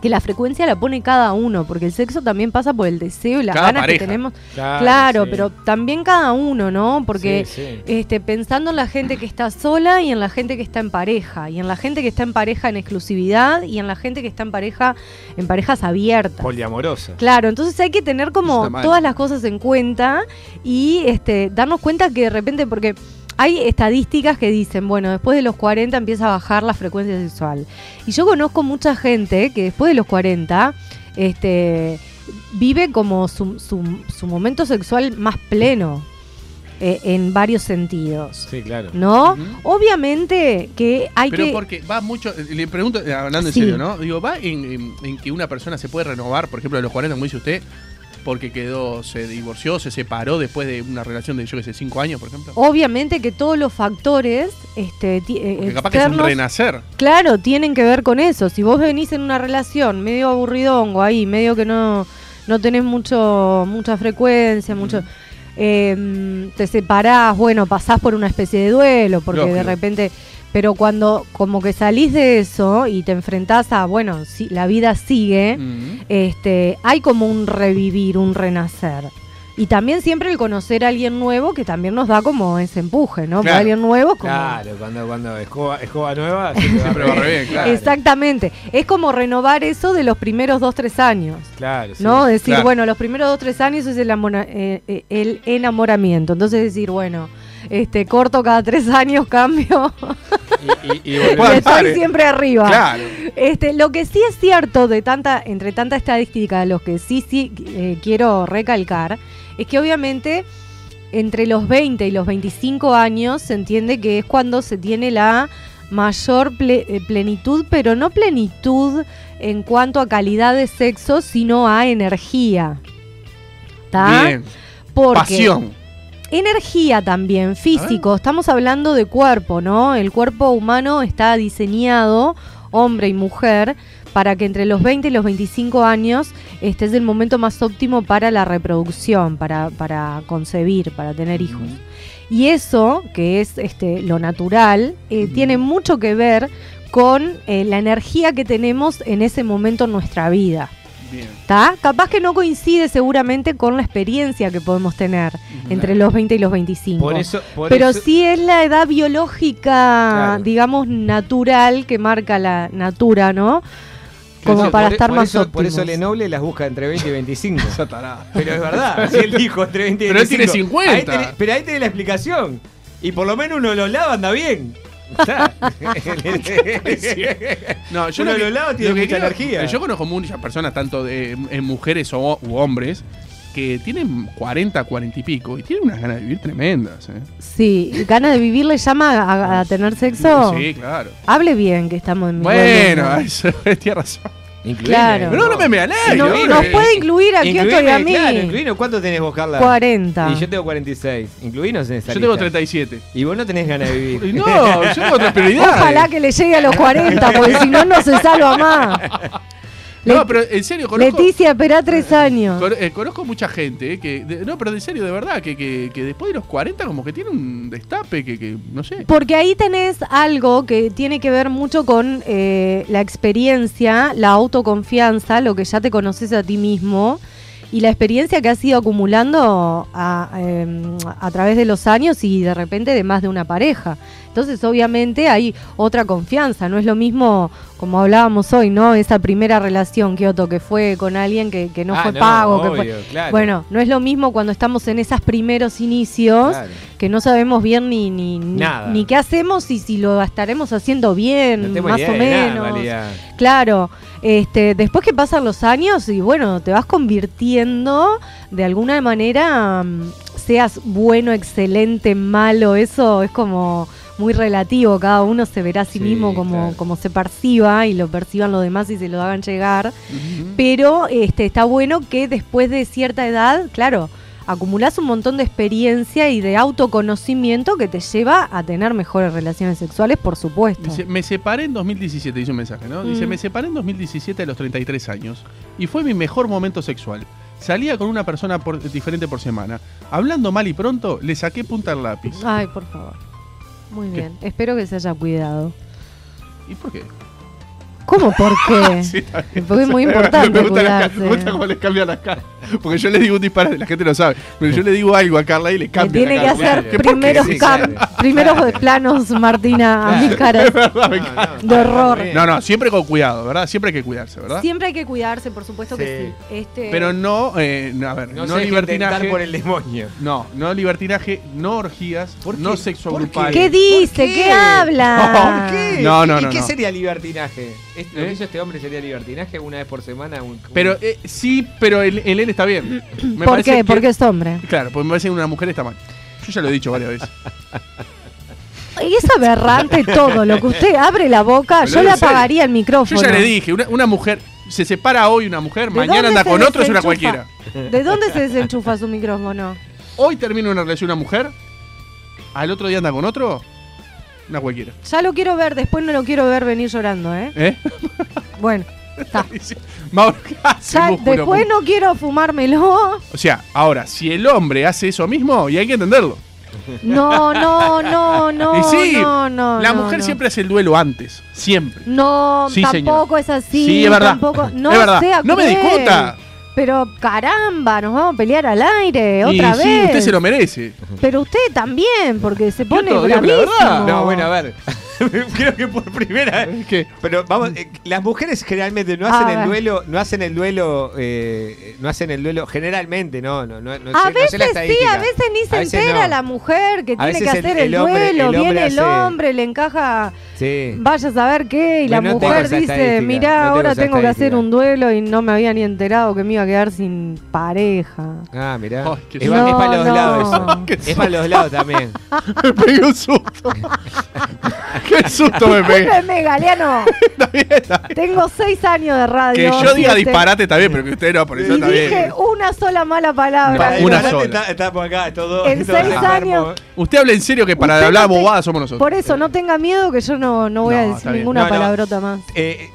Speaker 2: que la frecuencia la pone cada uno, porque el sexo también pasa por el deseo y las
Speaker 4: Cada
Speaker 2: ganas
Speaker 4: pareja.
Speaker 2: que tenemos.
Speaker 5: Ah,
Speaker 8: Claro,
Speaker 2: Claro,
Speaker 8: sí.
Speaker 2: pero también cada uno, ¿no? Porque
Speaker 8: Sí, sí.
Speaker 2: este pensando en la gente que está sola y en la gente que está en pareja, y en la gente que está en pareja en exclusividad y en la gente que está en pareja en parejas abiertas.
Speaker 8: Poliamorosa.
Speaker 2: Claro, entonces hay que tener
Speaker 4: Eso
Speaker 2: como
Speaker 4: está mal.
Speaker 2: todas las cosas en cuenta y este, darnos cuenta que de repente, porque hay estadísticas que dicen, bueno, después de los 40 empieza a bajar la frecuencia sexual. Y yo conozco mucha gente que después de los 40 este, vive como su, su- su momento sexual más pleno eh, en varios sentidos.
Speaker 8: Sí, claro.
Speaker 2: ¿No?
Speaker 4: Ujú.
Speaker 2: Obviamente que hay
Speaker 4: Pero
Speaker 2: que...
Speaker 4: porque va mucho, le pregunto, eh, hablando en
Speaker 2: Sí.
Speaker 4: serio, ¿no? Digo, ¿va en, en- en que una persona se puede renovar, por ejemplo, de los 40, como dice usted, porque quedó, se divorció, se separó después de una relación de, yo que sé, 5 años, por ejemplo?
Speaker 2: Obviamente que todos los factores este, ti- eh,
Speaker 4: Porque capaz que es un
Speaker 2: externos-
Speaker 4: renacer.
Speaker 2: Claro, tienen que ver con eso. Si vos venís en una relación medio aburridongo ahí, medio que no, no tenés mucho, mucha frecuencia, mucho. em, te separás, bueno, pasás por una especie de duelo, porque de
Speaker 4: Lógico.
Speaker 2: repente. Pero cuando como que salís de eso y te enfrentás a, bueno, si la vida sigue,
Speaker 4: Mm.
Speaker 2: este, hay como un revivir, un renacer. Y también siempre el conocer a alguien nuevo, que también nos da como ese empuje, ¿no? Porque
Speaker 4: Claro.
Speaker 2: alguien nuevo es como.
Speaker 8: Claro, cuando, cuando escoba, escoba nueva,
Speaker 4: Siempre va re bien, claro.
Speaker 2: Exactamente. Es como renovar eso de los primeros dos, tres años.
Speaker 8: Claro, sí.
Speaker 2: ¿No? Decir,
Speaker 4: Claro.
Speaker 2: bueno, los primeros dos, tres años es el, amona- eh, eh, el enamoramiento. Entonces decir, bueno, este corto cada tres años, cambio.
Speaker 8: Y, y- y
Speaker 2: y
Speaker 8: volver-
Speaker 4: Bueno,
Speaker 2: estoy
Speaker 4: pare.
Speaker 2: siempre arriba.
Speaker 4: Claro.
Speaker 2: Este, lo que sí es cierto de tanta, entre tanta estadística, lo que sí, sí eh, quiero recalcar, es que obviamente entre los 20 y los 25 años se entiende que es cuando se tiene la mayor ple- eh, plenitud, pero no plenitud en cuanto a calidad de sexo, sino a energía. ¿Está?
Speaker 4: Bien.
Speaker 2: Porque
Speaker 4: Pasión.
Speaker 2: Energía también, físico. Estamos hablando de cuerpo, ¿no? El cuerpo humano está diseñado, hombre y mujer, para que entre los 20 y los 25 años este es el momento más óptimo para la reproducción, para, para concebir, para tener hijos. Y eso, que es este, lo natural, eh, tiene mucho que ver con eh, la energía que tenemos en ese momento en nuestra vida.
Speaker 4: Bien.
Speaker 2: ¿Está? Capaz que no coincide seguramente con la experiencia que podemos tener entre los 20 y los 25.
Speaker 8: Por eso, por
Speaker 2: Pero
Speaker 8: eso-
Speaker 2: sí es la edad biológica,
Speaker 8: Claro.
Speaker 2: digamos, natural que marca la natura, ¿no? Como
Speaker 8: por-
Speaker 2: para
Speaker 8: por-
Speaker 2: estar
Speaker 8: por
Speaker 2: más
Speaker 8: eso- Por eso
Speaker 2: óptimos.
Speaker 8: Lenoble las busca entre 20 y 25.
Speaker 4: Esa tarada.
Speaker 8: pero es verdad, si él dijo entre 20 y 25.
Speaker 4: Pero él tiene 50.
Speaker 8: Ahí tenés- pero ahí tiene la explicación. Y por lo menos uno de los lados anda bien. Está.
Speaker 4: No, yo
Speaker 8: Uno
Speaker 4: lo
Speaker 8: de
Speaker 4: que-
Speaker 8: los lados tiene
Speaker 4: lo que
Speaker 8: mucha
Speaker 4: creo-
Speaker 8: energía.
Speaker 4: Yo conozco muchas personas, tanto de, en mujeres o, u hombres, que tienen 40, 40 y pico y tienen unas ganas de vivir tremendas. ¿eh?
Speaker 2: Sí, ganas de vivir le llama a, a tener sexo.
Speaker 4: Sí, claro.
Speaker 2: Hable bien que estamos en mi
Speaker 4: Bueno,
Speaker 2: gobierno.
Speaker 4: eso tiene razón.
Speaker 2: Claro.
Speaker 4: Pero no me me a nadie.
Speaker 2: No-
Speaker 4: hombre.
Speaker 2: nos puede incluir aquí
Speaker 8: Incluime,
Speaker 2: otro y a mí.
Speaker 8: Claro, incluinos. ¿Cuánto tenés vos, Carla?
Speaker 2: 40.
Speaker 8: Y yo tengo 46. Incluinos en esa
Speaker 4: Yo tengo
Speaker 8: lista.
Speaker 4: 37.
Speaker 8: Y vos no tenés ganas de
Speaker 4: Y
Speaker 8: vivir.
Speaker 4: No, yo tengo otras prioridades.
Speaker 2: Ojalá que le llegue a los 40, porque si no, no se salva más.
Speaker 4: No,
Speaker 2: Le-
Speaker 4: pero en serio, conozco,
Speaker 2: Leticia, espera tres años.
Speaker 4: con- eh, conozco mucha gente eh, que. de- no, pero en serio, de verdad, que, que, que después de los 40 como que tiene un destape, que, que no sé.
Speaker 2: Porque ahí tenés algo que tiene que ver mucho con eh, la experiencia, la autoconfianza, lo que ya te conoces a ti mismo y la experiencia que has ido acumulando a, em, a través de los años y de repente de más de una pareja. Entonces, obviamente, hay otra confianza. No es lo mismo, como hablábamos hoy, ¿no? Esa primera relación, Kioto, que fue con alguien que, que no
Speaker 8: Ah,
Speaker 2: fue pago. que
Speaker 8: obvio,
Speaker 2: fue...
Speaker 8: claro.
Speaker 2: Bueno, no es lo mismo cuando estamos en esos primeros inicios
Speaker 8: Claro.
Speaker 2: que no sabemos bien ni, ni, ni-
Speaker 8: Nada.
Speaker 2: ni qué hacemos y si lo estaremos haciendo
Speaker 8: No
Speaker 2: bien,
Speaker 8: tengo
Speaker 2: más
Speaker 8: idea
Speaker 2: o
Speaker 8: de nada, en
Speaker 2: menos.
Speaker 8: realidad.
Speaker 2: claro, este, después que pasan los años y bueno, te vas convirtiendo de alguna manera, mm, seas bueno, excelente, malo, eso es como muy relativo, cada uno se verá a sí,
Speaker 8: Sí,
Speaker 2: mismo como,
Speaker 8: claro.
Speaker 2: como se perciba y lo perciban los demás y se lo hagan llegar. Pero este, está bueno que después de cierta edad, claro, acumulás un montón de experiencia y de autoconocimiento que te lleva a tener mejores relaciones sexuales, por supuesto.
Speaker 4: Dice, me separé en 2017, dice un mensaje, ¿no? Dice,
Speaker 2: Mm.
Speaker 4: me separé en 2017 a los 33 años y fue mi mejor momento sexual. Salía con una persona por- diferente por semana. Hablando mal y pronto, le saqué punta al lápiz.
Speaker 2: Ay, por favor. Muy
Speaker 4: ¿Qué?
Speaker 2: bien. Espero que se haya cuidado.
Speaker 4: ¿Y por qué?
Speaker 2: ¿Cómo? ¿Por qué?
Speaker 4: Ah, Sí, está bien.
Speaker 2: Porque es muy
Speaker 4: Me-
Speaker 2: importante
Speaker 4: Me gusta, la,
Speaker 2: cuidarse.
Speaker 4: me gusta cómo les cambia la cara. Porque yo le digo un disparate, la gente lo sabe. Pero yo le digo algo a Carla y le
Speaker 2: Me
Speaker 4: cambia
Speaker 2: tiene
Speaker 4: la
Speaker 2: que
Speaker 4: cara.
Speaker 2: hacer
Speaker 4: ¿Qué- por qué?
Speaker 2: primeros,
Speaker 5: Sí,
Speaker 2: cam-
Speaker 5: claro.
Speaker 2: primeros de planos, Martina, a mis caras.
Speaker 4: Es verdad, me encanta.
Speaker 2: De horror.
Speaker 4: No, no, siempre con cuidado, ¿verdad? Siempre hay que cuidarse, ¿verdad?
Speaker 2: Siempre hay que cuidarse, por supuesto que
Speaker 5: Sí.
Speaker 2: sí. Este,
Speaker 4: Pero no, eh, no, a ver, no,
Speaker 5: No, se dejen tentar
Speaker 4: libertinaje.
Speaker 5: por el demonio.
Speaker 4: No, no libertinaje, no orgías,
Speaker 5: ¿Por qué?
Speaker 4: no sexo
Speaker 5: ¿Por qué?
Speaker 4: grupal.
Speaker 2: ¿Qué dice? ¿Qué,
Speaker 5: qué?
Speaker 2: habla?
Speaker 4: ¿Por qué? No, no,
Speaker 5: ¿Y
Speaker 4: no,
Speaker 5: qué
Speaker 4: no.
Speaker 5: sería libertinaje? ¿Es- ¿Lo
Speaker 4: ¿Eh?
Speaker 5: que hizo este hombre sería libertinaje una vez por semana? Un- un-
Speaker 4: Pero eh, sí, pero el, el él está bien. Me
Speaker 2: ¿Por
Speaker 4: parece
Speaker 2: qué?
Speaker 4: que-
Speaker 2: Porque es hombre.
Speaker 4: Claro, porque me parece que una mujer está mal. Yo ya lo he dicho varias veces.
Speaker 2: Y es aberrante todo. Lo que usted abre la boca,
Speaker 4: Pero
Speaker 2: yo
Speaker 4: en
Speaker 2: le
Speaker 4: serio.
Speaker 2: apagaría el
Speaker 4: Yo
Speaker 2: micrófono.
Speaker 4: ya le dije, una, una mujer se separa hoy una mujer,
Speaker 2: ¿De
Speaker 4: mañana
Speaker 2: dónde
Speaker 4: anda
Speaker 2: se
Speaker 4: con otro, es una
Speaker 2: desenchufa?
Speaker 4: cualquiera.
Speaker 2: ¿De dónde se desenchufa su micrófono?
Speaker 4: Hoy termina una relación una mujer, al otro día anda con otro, una cualquiera.
Speaker 2: Ya lo quiero ver, después no lo quiero ver venir llorando, ¿eh?
Speaker 4: ¿Eh?
Speaker 2: Bueno, está.
Speaker 4: Mauro, ¿qué hace,
Speaker 2: Ya
Speaker 4: músculo?
Speaker 2: después no quiero fumármelo.
Speaker 4: O sea, ahora, si el hombre hace eso mismo, y hay que entenderlo.
Speaker 2: No, no, no, no.
Speaker 4: y sí,
Speaker 2: no, no,
Speaker 4: la
Speaker 2: no,
Speaker 4: mujer
Speaker 2: no.
Speaker 4: siempre hace el duelo antes, siempre.
Speaker 2: No,
Speaker 4: Sí, señora.
Speaker 2: tampoco es así.
Speaker 4: Sí, es verdad.
Speaker 2: Tampoco, no
Speaker 4: Es verdad.
Speaker 2: sea
Speaker 4: No me
Speaker 2: cruel.
Speaker 4: discuta.
Speaker 2: Pero caramba, nos vamos a pelear al aire otra
Speaker 4: y sí,
Speaker 2: vez.
Speaker 4: usted se lo merece.
Speaker 2: Pero usted también, porque se pone
Speaker 4: te digo la
Speaker 2: bravísimo.
Speaker 4: verdad.
Speaker 5: No, bueno, a ver. Creo que por primera vez.
Speaker 4: Es que
Speaker 5: Pero vamos, eh, las mujeres generalmente no
Speaker 2: A
Speaker 5: hacen el
Speaker 2: ver.
Speaker 5: duelo, no hacen el duelo, eh, no hacen el duelo, generalmente, no, no, no, no sé-
Speaker 2: A
Speaker 5: no
Speaker 2: veces sí,
Speaker 5: sé la estadística.
Speaker 2: a veces ni se
Speaker 5: A veces
Speaker 2: entera
Speaker 5: no.
Speaker 2: la mujer que
Speaker 5: A
Speaker 2: tiene que
Speaker 5: veces el-
Speaker 2: hacer el,
Speaker 5: el hombre- el
Speaker 2: duelo.
Speaker 5: hombre
Speaker 2: Viene el
Speaker 5: hace-
Speaker 2: hombre, le encaja,
Speaker 5: Sí.
Speaker 2: vaya a saber qué, y la
Speaker 5: No, no tengo
Speaker 2: mujer
Speaker 5: esa
Speaker 2: dice,
Speaker 5: estadística, no
Speaker 2: mirá,
Speaker 5: tengo
Speaker 2: ahora
Speaker 5: esa
Speaker 2: tengo que hacer
Speaker 5: estadística".
Speaker 2: un duelo y no me había ni enterado que me iba a quedar sin pareja.
Speaker 5: Ah, mirá.
Speaker 4: Ay, qué
Speaker 5: es, pa-
Speaker 2: susto.
Speaker 5: es para los
Speaker 2: No,
Speaker 5: lados
Speaker 2: no.
Speaker 5: eso. Es para los lados también.
Speaker 4: me pegué un susto. Qué susto me pegué.
Speaker 2: Discúlpeme, Galeano,
Speaker 4: Está bien, está bien.
Speaker 2: tengo seis años de radio.
Speaker 4: Que yo diga
Speaker 2: siete,
Speaker 4: disparate está bien, pero que usted no, por eso
Speaker 2: Y
Speaker 4: está
Speaker 2: dije
Speaker 4: bien.
Speaker 2: una sola mala palabra.
Speaker 4: Para Una
Speaker 5: Parate,
Speaker 4: sola.
Speaker 5: está- Estamos acá, todos.
Speaker 2: En
Speaker 5: todos
Speaker 2: seis
Speaker 5: enfermos.
Speaker 2: años.
Speaker 4: Usted habla en serio que para
Speaker 2: Usted
Speaker 4: hablar
Speaker 2: no te-
Speaker 4: bobadas somos nosotros.
Speaker 2: Por eso, no tenga miedo que yo no, no voy a
Speaker 4: No,
Speaker 2: decir
Speaker 4: está bien.
Speaker 2: ninguna
Speaker 5: No, no.
Speaker 2: palabrota más.
Speaker 5: Eh,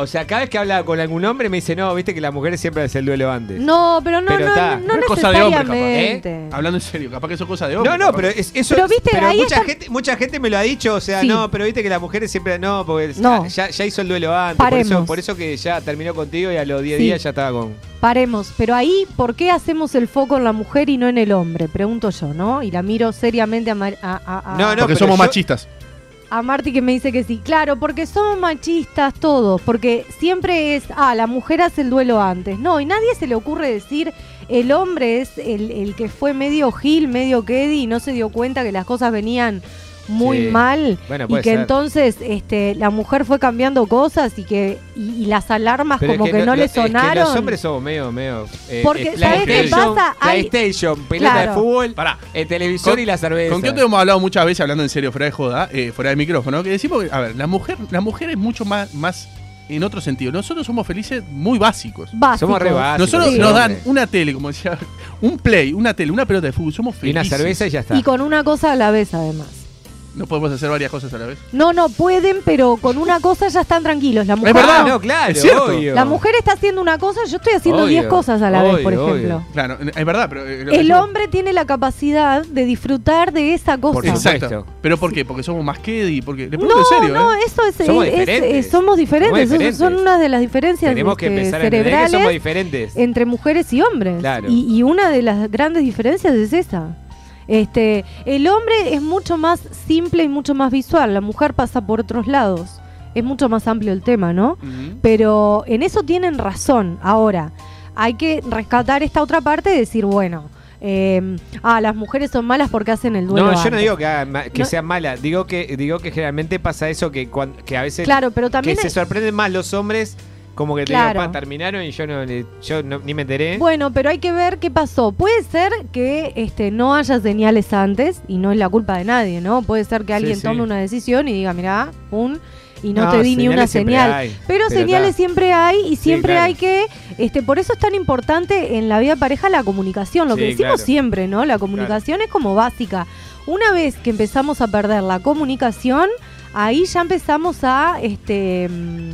Speaker 5: o sea, cada vez que hablaba con algún hombre me dice, no, viste que las mujeres siempre hacen el duelo antes.
Speaker 2: No, pero no,
Speaker 5: Pero
Speaker 2: no,
Speaker 5: está.
Speaker 2: no
Speaker 4: Es cosa de hombre, capaz, ¿eh?
Speaker 2: necesariamente.
Speaker 4: Hablando en serio, capaz que eso es cosa de hombre.
Speaker 5: No, no,
Speaker 4: capaz.
Speaker 5: pero es- eso
Speaker 2: Pero, viste,
Speaker 5: pero
Speaker 2: ahí
Speaker 5: mucha,
Speaker 2: está-
Speaker 5: gente, mucha gente me lo ha dicho, o sea,
Speaker 2: Sí.
Speaker 5: no, pero viste que las mujeres siempre no, porque
Speaker 2: No.
Speaker 5: Ya, ya hizo el duelo antes. Por eso,
Speaker 2: Paremos.
Speaker 5: por eso que ya terminó contigo y a los 10
Speaker 2: Sí.
Speaker 5: días ya estaba con.
Speaker 2: Paremos, pero ahí, ¿por qué hacemos el foco en la mujer y no en el hombre? Pregunto yo, ¿no? Y la miro seriamente a, Mar- a- a- a-
Speaker 5: No, no.
Speaker 4: Porque
Speaker 5: pero
Speaker 4: somos
Speaker 5: yo-
Speaker 4: machistas.
Speaker 2: a Marti que me dice que sí. Claro, porque somos machistas todos, porque siempre es, ah, la mujer hace el duelo antes. No, y nadie se le ocurre decir, el hombre es el, el que fue medio Gil, medio Kedi y no se dio cuenta que las cosas venían muy
Speaker 5: Sí.
Speaker 2: mal
Speaker 5: Bueno,
Speaker 2: y que
Speaker 5: puede ser.
Speaker 2: entonces este, la mujer fue cambiando cosas y que y, y las alarmas
Speaker 5: Pero es
Speaker 2: como que, no
Speaker 5: lo-
Speaker 2: le
Speaker 5: es que
Speaker 2: sonaron.
Speaker 5: los hombres somos medio, medio. eh,
Speaker 2: Porque,
Speaker 5: eh,
Speaker 2: ¿sabés
Speaker 4: qué
Speaker 5: PlayStation,
Speaker 2: pasa? Hay-
Speaker 5: PlayStation, pelota
Speaker 2: Claro.
Speaker 5: de fútbol,
Speaker 4: Pará.
Speaker 5: eh, televisor
Speaker 4: Con-
Speaker 5: y la cerveza.
Speaker 4: ¿Con qué otro hemos hablado muchas veces, hablando en serio, fuera de joda, eh, fuera de micrófono? Que decimos, que, a ver, la mujer, la mujer es mucho más, más en otro sentido. Nosotros somos felices muy básicos.
Speaker 2: Básicos.
Speaker 5: Somos re básicos.
Speaker 4: Nosotros
Speaker 2: sí.
Speaker 4: nos
Speaker 5: hombre.
Speaker 4: dan una tele, como decía, un play, una tele, una pelota de fútbol, somos
Speaker 5: Y una
Speaker 4: felices.
Speaker 5: cerveza y ya está.
Speaker 2: Y con una cosa a la vez, además.
Speaker 4: No podemos hacer varias cosas a la vez.
Speaker 2: No, no pueden, pero con una cosa ya están tranquilos. La mujer,
Speaker 4: verdad,
Speaker 5: Ah,
Speaker 2: no.
Speaker 5: no, claro,
Speaker 4: Es cierto.
Speaker 5: obvio.
Speaker 2: la mujer está haciendo una cosa, yo estoy haciendo
Speaker 5: Obvio,
Speaker 2: 10 cosas a la vez, por
Speaker 5: obvio,
Speaker 2: ejemplo.
Speaker 4: Claro, es verdad, pero. eh, lo que
Speaker 2: El
Speaker 4: decimos-
Speaker 2: hombre tiene la capacidad de disfrutar de esa cosa.
Speaker 5: Por supuesto.
Speaker 4: Exacto. ¿Pero por qué? Porque somos más que y porque. Le
Speaker 2: No,
Speaker 4: pregunto en serio,
Speaker 2: no,
Speaker 4: ¿eh?
Speaker 2: eso es,
Speaker 5: Somos
Speaker 2: es- es-
Speaker 5: diferentes.
Speaker 2: eh, somos diferentes.
Speaker 5: Somos
Speaker 2: Eso
Speaker 5: diferentes.
Speaker 2: son una de las diferencias
Speaker 5: Tenemos que
Speaker 2: este,
Speaker 5: empezar a entender que
Speaker 2: cerebrales
Speaker 5: somos diferentes.
Speaker 2: entre mujeres y hombres.
Speaker 5: Claro.
Speaker 2: Y, y una de las grandes diferencias es esa. Este, el hombre es mucho más simple y mucho más visual. La mujer pasa por otros lados. Es mucho más amplio el tema, ¿no?
Speaker 4: Ujú.
Speaker 2: Pero en eso tienen razón. Ahora, hay que rescatar esta otra parte y decir, bueno, eh, ah, las mujeres son malas porque hacen el duelo.
Speaker 5: No, yo no
Speaker 2: antes.
Speaker 5: digo que, haga ma- que
Speaker 2: No.
Speaker 5: sea mala, digo que digo que generalmente pasa eso que cuan- que a veces
Speaker 2: Claro, pero
Speaker 5: que
Speaker 2: también.
Speaker 5: se
Speaker 2: hay-
Speaker 5: sorprenden más los hombres como que te digo,
Speaker 2: Claro.
Speaker 5: "Pa, terminaron y yo no le- yo no- ni me enteré.
Speaker 2: Bueno, pero hay que ver qué pasó. Puede ser que este, no haya señales antes y no es la culpa de nadie, ¿no? Puede ser que alguien
Speaker 4: sí.
Speaker 2: tome una decisión y diga, mirá, un, y no,
Speaker 5: No,
Speaker 2: te di ni una
Speaker 5: señales siempre
Speaker 2: señal.
Speaker 5: hay,
Speaker 2: pero,
Speaker 5: pero
Speaker 2: señales
Speaker 5: ta.
Speaker 2: siempre hay y siempre
Speaker 5: claro.
Speaker 2: hay que, este, por eso es tan importante en la vida de pareja la comunicación, lo que
Speaker 5: Sí,
Speaker 2: decimos
Speaker 5: claro.
Speaker 2: siempre, ¿no? La comunicación es como básica. Una vez que empezamos a perder la comunicación, ahí ya empezamos a, este, mm,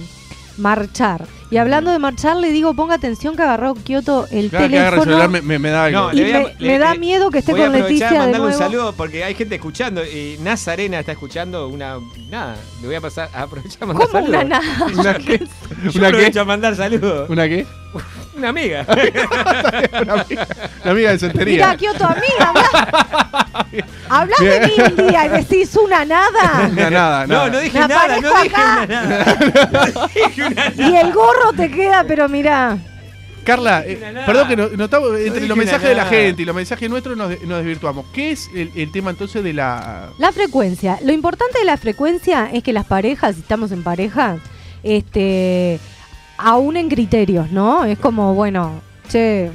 Speaker 2: marchar. Y hablando de marchar, le digo, ponga atención que agarró Kioto el
Speaker 4: Cada que agarre el
Speaker 2: teléfono.
Speaker 4: celular me, me- me da algo.
Speaker 5: No,
Speaker 2: Y
Speaker 5: le voy a-
Speaker 2: me-
Speaker 5: le-
Speaker 2: me da
Speaker 5: le-
Speaker 2: miedo que esté
Speaker 5: voy a
Speaker 2: con
Speaker 5: aprovechar
Speaker 2: Leticia de
Speaker 5: mandarle un
Speaker 2: nuevo.
Speaker 5: saludo porque hay gente escuchando y Nazarena está escuchando una nada, le voy a pasar a aprovechar a mandar
Speaker 2: ¿Cómo
Speaker 5: saludos.
Speaker 2: una nada?
Speaker 4: ¿Una qué?
Speaker 5: Yo
Speaker 4: ¿Una
Speaker 5: aprovecho
Speaker 4: qué?
Speaker 5: a mandar saludos.
Speaker 4: ¿Una Ah, qué?
Speaker 5: Una amiga.
Speaker 4: La amiga de
Speaker 2: Mira,
Speaker 4: soltería.
Speaker 2: Kioto, amiga, habla. Hablas de mi India y decís una nada.
Speaker 4: Una nada,
Speaker 5: No,
Speaker 4: nada.
Speaker 5: no dije
Speaker 2: Me
Speaker 5: nada, no
Speaker 2: aparezco
Speaker 5: dije
Speaker 2: acá.
Speaker 5: una nada.
Speaker 2: Y el gorro te queda, pero mirá.
Speaker 4: Carla, eh,
Speaker 5: Una nada.
Speaker 4: perdón que no, no estamos- entre
Speaker 5: dije
Speaker 4: los
Speaker 5: una
Speaker 4: mensajes de la
Speaker 5: nada.
Speaker 4: gente y los mensajes nuestros nos, de- nos desvirtuamos. ¿Qué es el, el tema entonces de la...
Speaker 2: La frecuencia. Lo importante de la frecuencia es que las parejas, si estamos en pareja, este, aún en criterios, ¿no? Es como, bueno, che,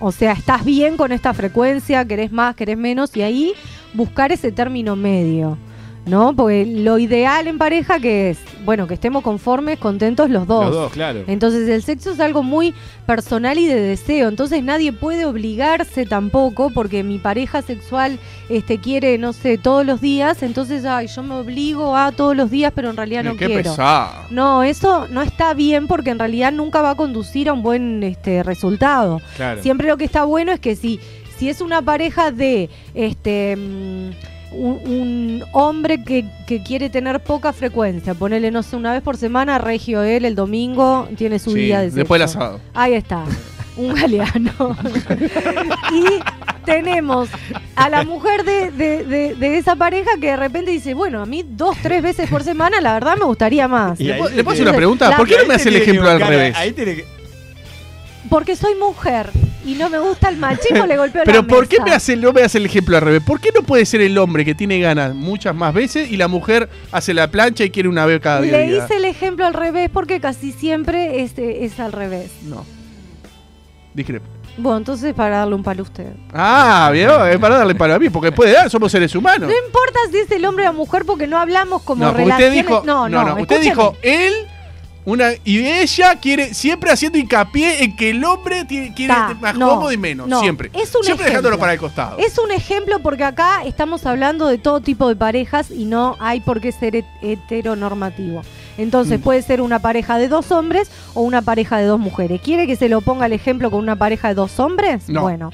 Speaker 2: o sea, estás bien con esta frecuencia, querés más, querés menos, y ahí buscar ese término medio, ¿no? Porque lo ideal en pareja que es, bueno, que estemos conformes, contentos
Speaker 5: Los dos, claro.
Speaker 2: entonces el sexo es algo muy personal y de deseo, entonces nadie puede obligarse tampoco porque mi pareja sexual este quiere, no sé, todos los días, entonces ay, yo me obligo a todos los días, pero en realidad no
Speaker 4: qué
Speaker 2: quiero.
Speaker 4: pesado.
Speaker 2: No, eso no está bien porque en realidad nunca va a conducir a un buen este resultado.
Speaker 5: Claro.
Speaker 2: Siempre lo que está bueno es que si, si es una pareja de este mm, un, un hombre que, que quiere tener poca frecuencia, ponele, no sé, una vez por semana, regio él, el domingo, tiene su
Speaker 4: Sí,
Speaker 2: día de
Speaker 4: después del
Speaker 2: sexo.
Speaker 4: asado.
Speaker 2: Ahí está, un galeano. y tenemos a la mujer de, de- de- de esa pareja que de repente dice, bueno, a mí dos, tres veces por semana, la verdad me gustaría más.
Speaker 5: Y
Speaker 4: ¿Le
Speaker 5: ahí
Speaker 4: puedo-
Speaker 5: se
Speaker 4: ¿Le puedo hacer
Speaker 5: tiene-
Speaker 4: una pregunta?
Speaker 2: La-
Speaker 4: ¿Por qué no me hace el
Speaker 5: Tiene que
Speaker 4: ejemplo al
Speaker 5: buscar-
Speaker 4: revés?
Speaker 5: Ahí tiene que-
Speaker 2: Porque soy mujer y no me gusta el machismo, le golpeo la
Speaker 4: Pero ¿por qué
Speaker 2: mesa.
Speaker 4: me hace, no me hace el ejemplo al revés? ¿Por qué no puede ser el hombre que tiene ganas muchas más veces y la mujer hace la plancha y quiere una vez cada día?
Speaker 2: Le hice el ejemplo al revés porque casi siempre es, eh, es al revés.
Speaker 4: No. Discrepo.
Speaker 2: Bueno, entonces para darle un palo a usted.
Speaker 4: Ah, vio, es para darle palo a mí, porque después de edad somos seres humanos.
Speaker 2: No importa si es el hombre o la mujer porque no hablamos como
Speaker 4: No, porque usted
Speaker 2: relaciones.
Speaker 4: dijo,
Speaker 2: no, no,
Speaker 4: usted
Speaker 2: escúcheme.
Speaker 4: dijo él una y ella quiere siempre haciendo hincapié en que el hombre tiene- quiere
Speaker 2: Ta,
Speaker 4: más
Speaker 2: no,
Speaker 4: cómodo y menos,
Speaker 2: no,
Speaker 4: siempre.
Speaker 2: es un
Speaker 4: siempre
Speaker 2: ejemplo.
Speaker 4: dejándolo para el costado.
Speaker 2: Es un ejemplo porque acá estamos hablando de todo tipo de parejas y no hay por qué ser het- heteronormativo. Entonces
Speaker 4: Mm.
Speaker 2: puede ser una pareja de dos hombres o una pareja de dos mujeres. ¿Quiere que se lo ponga el ejemplo con una pareja de dos hombres?
Speaker 4: No.
Speaker 2: Bueno.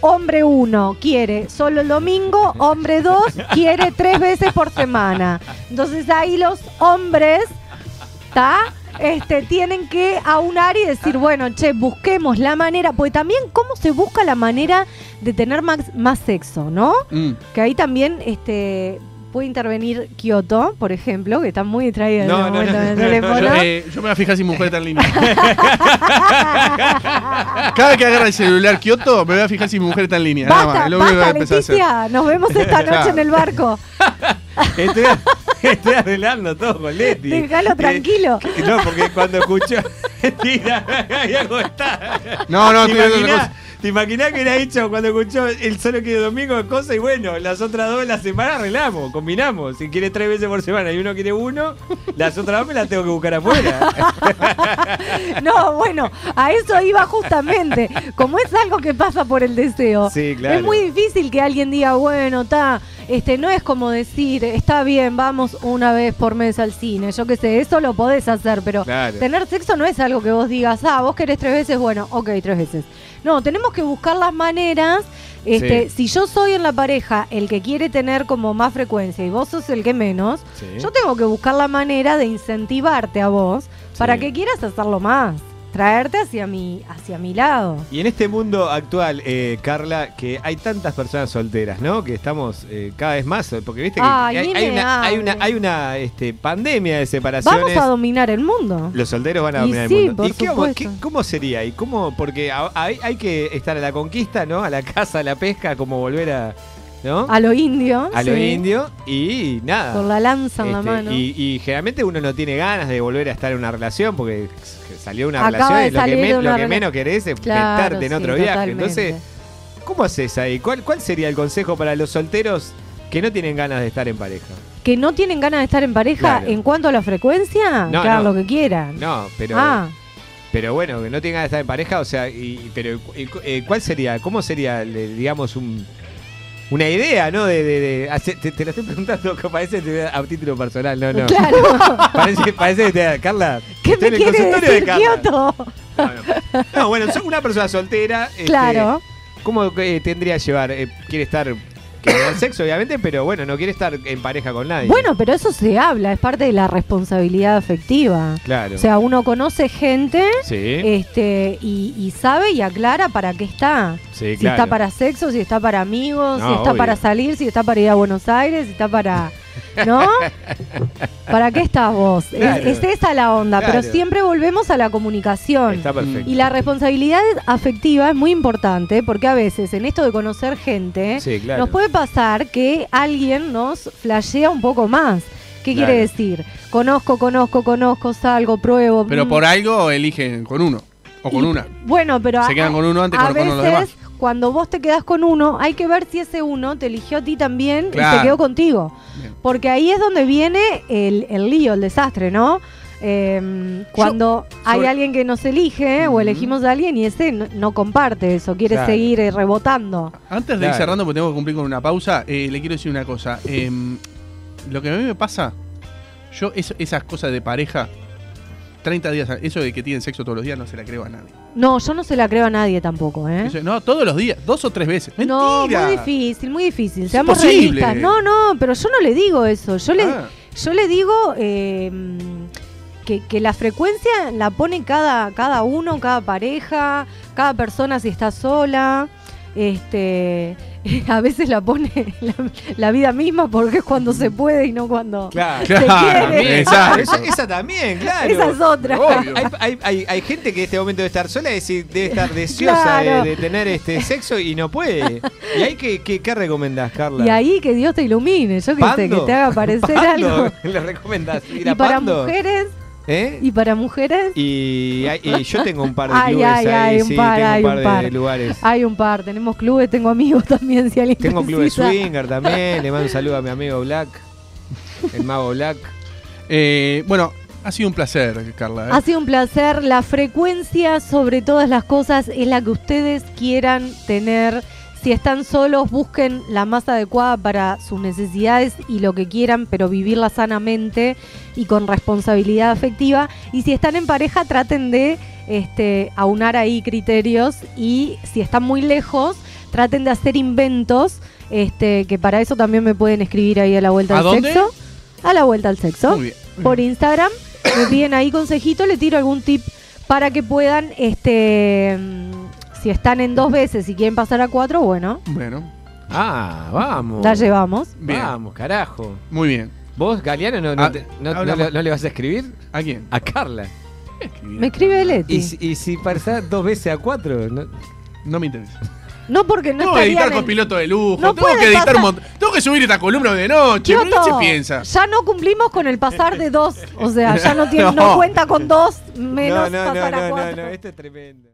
Speaker 2: Hombre uno quiere solo el domingo, hombre dos quiere tres veces por semana. Entonces ahí los hombres ¿tá? Este, tienen que aunar y decir, bueno, che, busquemos la manera, porque también cómo se busca la manera de tener más, más sexo, ¿no?
Speaker 4: Mm.
Speaker 2: Que ahí también este, puede intervenir Kioto, por ejemplo, que está muy distraída en
Speaker 5: No,
Speaker 2: este
Speaker 5: no,
Speaker 2: momento
Speaker 5: no,
Speaker 2: en el
Speaker 5: no, no,
Speaker 2: teléfono.
Speaker 4: Yo, eh, yo me voy a fijar si mi mujer está en línea. Cada vez que agarra el celular Kioto, me voy a fijar si mi mujer está en línea. nada más,
Speaker 2: Basta,
Speaker 4: es lo único que voy a
Speaker 2: basta,
Speaker 4: empezar a hacer.
Speaker 2: Leticia. Nos vemos esta noche en el barco.
Speaker 5: Estoy, estoy arreglando todo con Leti.
Speaker 2: Déjalo tranquilo.
Speaker 5: Eh, no, porque cuando escucho. Tira, y algo está.
Speaker 4: No, no,
Speaker 5: ¿Te
Speaker 4: estoy viendo otra
Speaker 5: imaginás-
Speaker 4: cosa.
Speaker 5: ¿Te imaginás que era hecho cuando escuchó el solo que domingo cosa? Y bueno, las otras dos de la semana arreglamos, combinamos. Si quiere tres veces por semana y uno quiere uno, las otras dos me las tengo que buscar afuera.
Speaker 2: No, bueno, a eso iba justamente. Como es algo que pasa por el deseo.
Speaker 5: Sí, claro.
Speaker 2: Es muy difícil que alguien diga, bueno, está, este, no es como decir, está bien, vamos una vez por mes al cine. Yo qué sé, eso lo podés hacer, pero
Speaker 5: Claro.
Speaker 2: tener sexo no es algo que vos digas, ah, vos querés tres veces, bueno, ok, tres veces. No, tenemos que buscar las maneras. Este, Si yo soy en la pareja el que quiere tener como más frecuencia y vos sos el que menos, yo tengo que buscar la manera de incentivarte a vos para
Speaker 5: Sí.
Speaker 2: que quieras hacerlo más, traerte hacia mi, hacia mi lado.
Speaker 5: Y en este mundo actual, eh, Carla, que hay tantas personas solteras, ¿no? Que estamos eh, cada vez más, sol- porque viste que,
Speaker 2: Ay,
Speaker 5: que hay,
Speaker 2: ni
Speaker 5: hay
Speaker 2: me
Speaker 5: una, hay
Speaker 2: hables.
Speaker 5: una, hay una este, pandemia de separaciones.
Speaker 2: Vamos a dominar el mundo.
Speaker 5: Los solteros van a
Speaker 2: Y
Speaker 5: dominar
Speaker 2: sí,
Speaker 5: el mundo.
Speaker 2: por
Speaker 5: ¿Y qué- cómo,
Speaker 2: supuesto.
Speaker 5: qué- cómo sería? ¿Y cómo? Porque a- hay, hay que estar a la conquista, ¿no? A la caza, a la pesca, como volver a. ¿No?
Speaker 2: A lo indio.
Speaker 5: A lo
Speaker 2: sí,
Speaker 5: indio y nada.
Speaker 2: Con la lanza en la
Speaker 5: Este,
Speaker 2: mano.
Speaker 5: Y, y generalmente uno no tiene ganas de volver a estar en una relación porque s- salió una
Speaker 2: Acaba
Speaker 5: relación
Speaker 2: de
Speaker 5: y lo que,
Speaker 2: salir de
Speaker 5: lo
Speaker 2: una
Speaker 5: que
Speaker 2: rela-
Speaker 5: menos querés es
Speaker 2: Claro,
Speaker 5: meterte en
Speaker 2: sí,
Speaker 5: otro viaje.
Speaker 2: totalmente.
Speaker 5: Entonces, ¿cómo haces ahí? ¿Cuál, ¿Cuál sería el consejo para los solteros que no tienen ganas de estar en pareja?
Speaker 2: que no tienen ganas de estar en pareja
Speaker 5: Claro.
Speaker 2: en cuanto a la frecuencia,
Speaker 5: No,
Speaker 2: que hagan
Speaker 5: no.
Speaker 2: lo que quieran.
Speaker 5: No, pero.
Speaker 2: ah,
Speaker 5: Pero bueno, que no tenga que estar en pareja, o sea, y, pero eh, cu- eh, ¿cuál sería? ¿Cómo sería, le- digamos, un, una idea, ¿no? De, de- de hacer- te, te lo estoy preguntando, que parece que te- a título personal, no, no.
Speaker 2: Claro.
Speaker 5: Parece, parece que te Carla.
Speaker 2: ¿Qué
Speaker 5: estoy
Speaker 2: me
Speaker 5: en el
Speaker 2: quiere
Speaker 5: consultorio
Speaker 2: decir,
Speaker 5: de Carla.
Speaker 2: Kioto?
Speaker 5: No, bueno, soy una persona soltera. este,
Speaker 2: Claro.
Speaker 5: ¿Cómo eh, tendría que llevar? Eh, quiere estar. Quiere tener sexo, obviamente, pero bueno, no quiere estar en pareja con nadie.
Speaker 2: Bueno, pero eso se habla, es parte de la responsabilidad afectiva.
Speaker 5: Claro.
Speaker 2: O sea, uno conoce gente
Speaker 5: sí,
Speaker 2: este y, y sabe y aclara para qué está.
Speaker 5: sí,
Speaker 2: Si está para sexo, si está para amigos, si
Speaker 5: No,
Speaker 2: está
Speaker 5: obvio.
Speaker 2: para salir, si está para ir a Buenos Aires, si está para... ¿No? ¿Para qué estás vos? Es-
Speaker 5: Claro.
Speaker 2: Es, esa la onda,
Speaker 5: Claro.
Speaker 2: pero siempre volvemos a la comunicación.
Speaker 5: Está perfecto.
Speaker 2: Y la responsabilidad afectiva es muy importante porque a veces en esto de conocer gente
Speaker 5: Sí, claro.
Speaker 2: nos puede pasar que alguien nos flashea un poco más. ¿Qué
Speaker 5: Claro.
Speaker 2: quiere decir? Conozco, conozco, conozco, salgo, pruebo.
Speaker 4: Pero
Speaker 2: mm,
Speaker 4: por algo eligen con uno o con
Speaker 2: y-
Speaker 4: una.
Speaker 2: Bueno, pero
Speaker 4: Se
Speaker 2: a-
Speaker 4: quedan con uno antes
Speaker 2: a
Speaker 4: con- con los
Speaker 2: veces,
Speaker 4: demás.
Speaker 2: Cuando vos te quedás con uno, hay que ver si ese uno te eligió a ti también y
Speaker 4: Claro.
Speaker 2: se quedó contigo.
Speaker 4: Bien.
Speaker 2: Porque ahí es donde viene el, el lío, el desastre, ¿no? Eh, cuando hay
Speaker 4: sobre-
Speaker 2: alguien que nos elige o elegimos a alguien y ese no, no comparte eso, quiere
Speaker 5: Claro.
Speaker 2: seguir eh, rebotando.
Speaker 4: Antes de ir
Speaker 5: Claro.
Speaker 4: cerrando, porque tengo que cumplir con una pausa, eh, le quiero decir una cosa. Em, lo que a mí me pasa, yo es- esas cosas de pareja, 30 días, eso de que tienen sexo todos los días no se la creo a nadie.
Speaker 2: No, yo no se la creo a nadie tampoco, ¿eh?
Speaker 4: Eso- no, todos los días, dos o tres veces. Mentira.
Speaker 2: No, muy difícil, muy difícil.
Speaker 4: Es
Speaker 2: Seamos
Speaker 4: imposible.
Speaker 2: realistas. No, no, pero yo no le digo eso. Yo le,
Speaker 4: Ah,
Speaker 2: Yo le digo eh, que, que la frecuencia la pone cada, cada uno, cada pareja, cada persona si está sola. Este, a veces la pone la, la vida misma porque es cuando se puede y no cuando.
Speaker 5: Claro.
Speaker 4: claro,
Speaker 5: También,
Speaker 2: Ah.
Speaker 4: exacto.
Speaker 5: Esa, esa también, claro.
Speaker 2: Esa es otra.
Speaker 4: Obvio.
Speaker 5: Hay, hay- hay- hay gente que en este momento de estar sola es decir, debe estar deseosa
Speaker 2: Claro.
Speaker 5: de, de tener este sexo y no puede. ¿Y ahí qué, qué, qué recomendás, Carla?
Speaker 2: Y ahí que Dios te ilumine, yo que sé,
Speaker 5: ¿Pando?
Speaker 2: que te haga aparecer
Speaker 5: ¿Pando?
Speaker 2: algo.
Speaker 5: ¿Le recomendás ir
Speaker 2: Y
Speaker 5: a
Speaker 2: para
Speaker 5: Pando?
Speaker 2: mujeres,
Speaker 5: ¿Eh?
Speaker 2: y para mujeres
Speaker 5: Y, hay- y yo tengo un par de
Speaker 2: Ay,
Speaker 5: clubes
Speaker 2: ay,
Speaker 5: ahí,
Speaker 2: ay, un
Speaker 5: sí,
Speaker 2: par,
Speaker 5: tengo
Speaker 2: ay,
Speaker 5: un par
Speaker 2: un
Speaker 5: de
Speaker 2: par.
Speaker 5: lugares.
Speaker 2: hay un par, tenemos clubes, tengo amigos también, si alguien
Speaker 5: Tengo clubes
Speaker 2: precisa.
Speaker 5: swinger también, le mando un saludo a mi amigo Black, el mago Black.
Speaker 4: eh, bueno, ha sido un placer, Carla. ¿eh?
Speaker 2: Ha sido un placer. La frecuencia sobre todas las cosas es la que ustedes quieran tener. Si están solos, busquen la más adecuada para sus necesidades y lo que quieran, pero vivirla sanamente y con responsabilidad afectiva. Y si están en pareja, traten de este, aunar ahí criterios y si están muy lejos, traten de hacer inventos, este, que para eso también me pueden escribir ahí a la vuelta
Speaker 4: ¿A
Speaker 2: al
Speaker 4: dónde?
Speaker 2: sexo. A la vuelta al sexo
Speaker 4: Muy bien.
Speaker 2: por Instagram. Me piden ahí consejito, le tiro algún tip para que puedan, este, mm, si están en dos veces y quieren pasar a cuatro, bueno,
Speaker 4: Bueno,
Speaker 5: Ah, vamos.
Speaker 2: la llevamos.
Speaker 4: bien.
Speaker 5: Vamos, carajo.
Speaker 4: Muy bien.
Speaker 5: ¿Vos, Galeano, no, no
Speaker 4: Ah,
Speaker 5: te- no-
Speaker 4: habla
Speaker 5: no le-
Speaker 4: más.
Speaker 5: no le vas a escribir?
Speaker 4: ¿A quién?
Speaker 5: A Carla.
Speaker 2: Me escribe Leti.
Speaker 5: Y, si- y si pasás dos veces a cuatro, no-
Speaker 4: No me interesa.
Speaker 2: no porque no
Speaker 4: tengo que editar
Speaker 2: estarían
Speaker 4: con
Speaker 2: en...
Speaker 4: piloto de lujo.
Speaker 2: No
Speaker 4: tengo que
Speaker 2: puede
Speaker 4: editar
Speaker 2: pasar.
Speaker 4: un montón. Tengo que subir esta columna de noche. pero
Speaker 2: Kioto,
Speaker 4: no se piensa.
Speaker 2: Ya no cumplimos con el pasar de dos, o sea, ya no tiene, no,
Speaker 4: No.
Speaker 2: cuenta con dos menos
Speaker 5: no, no,
Speaker 2: pasar
Speaker 5: no,
Speaker 2: a
Speaker 5: no,
Speaker 2: cuatro.
Speaker 5: no, no, esto es tremendo.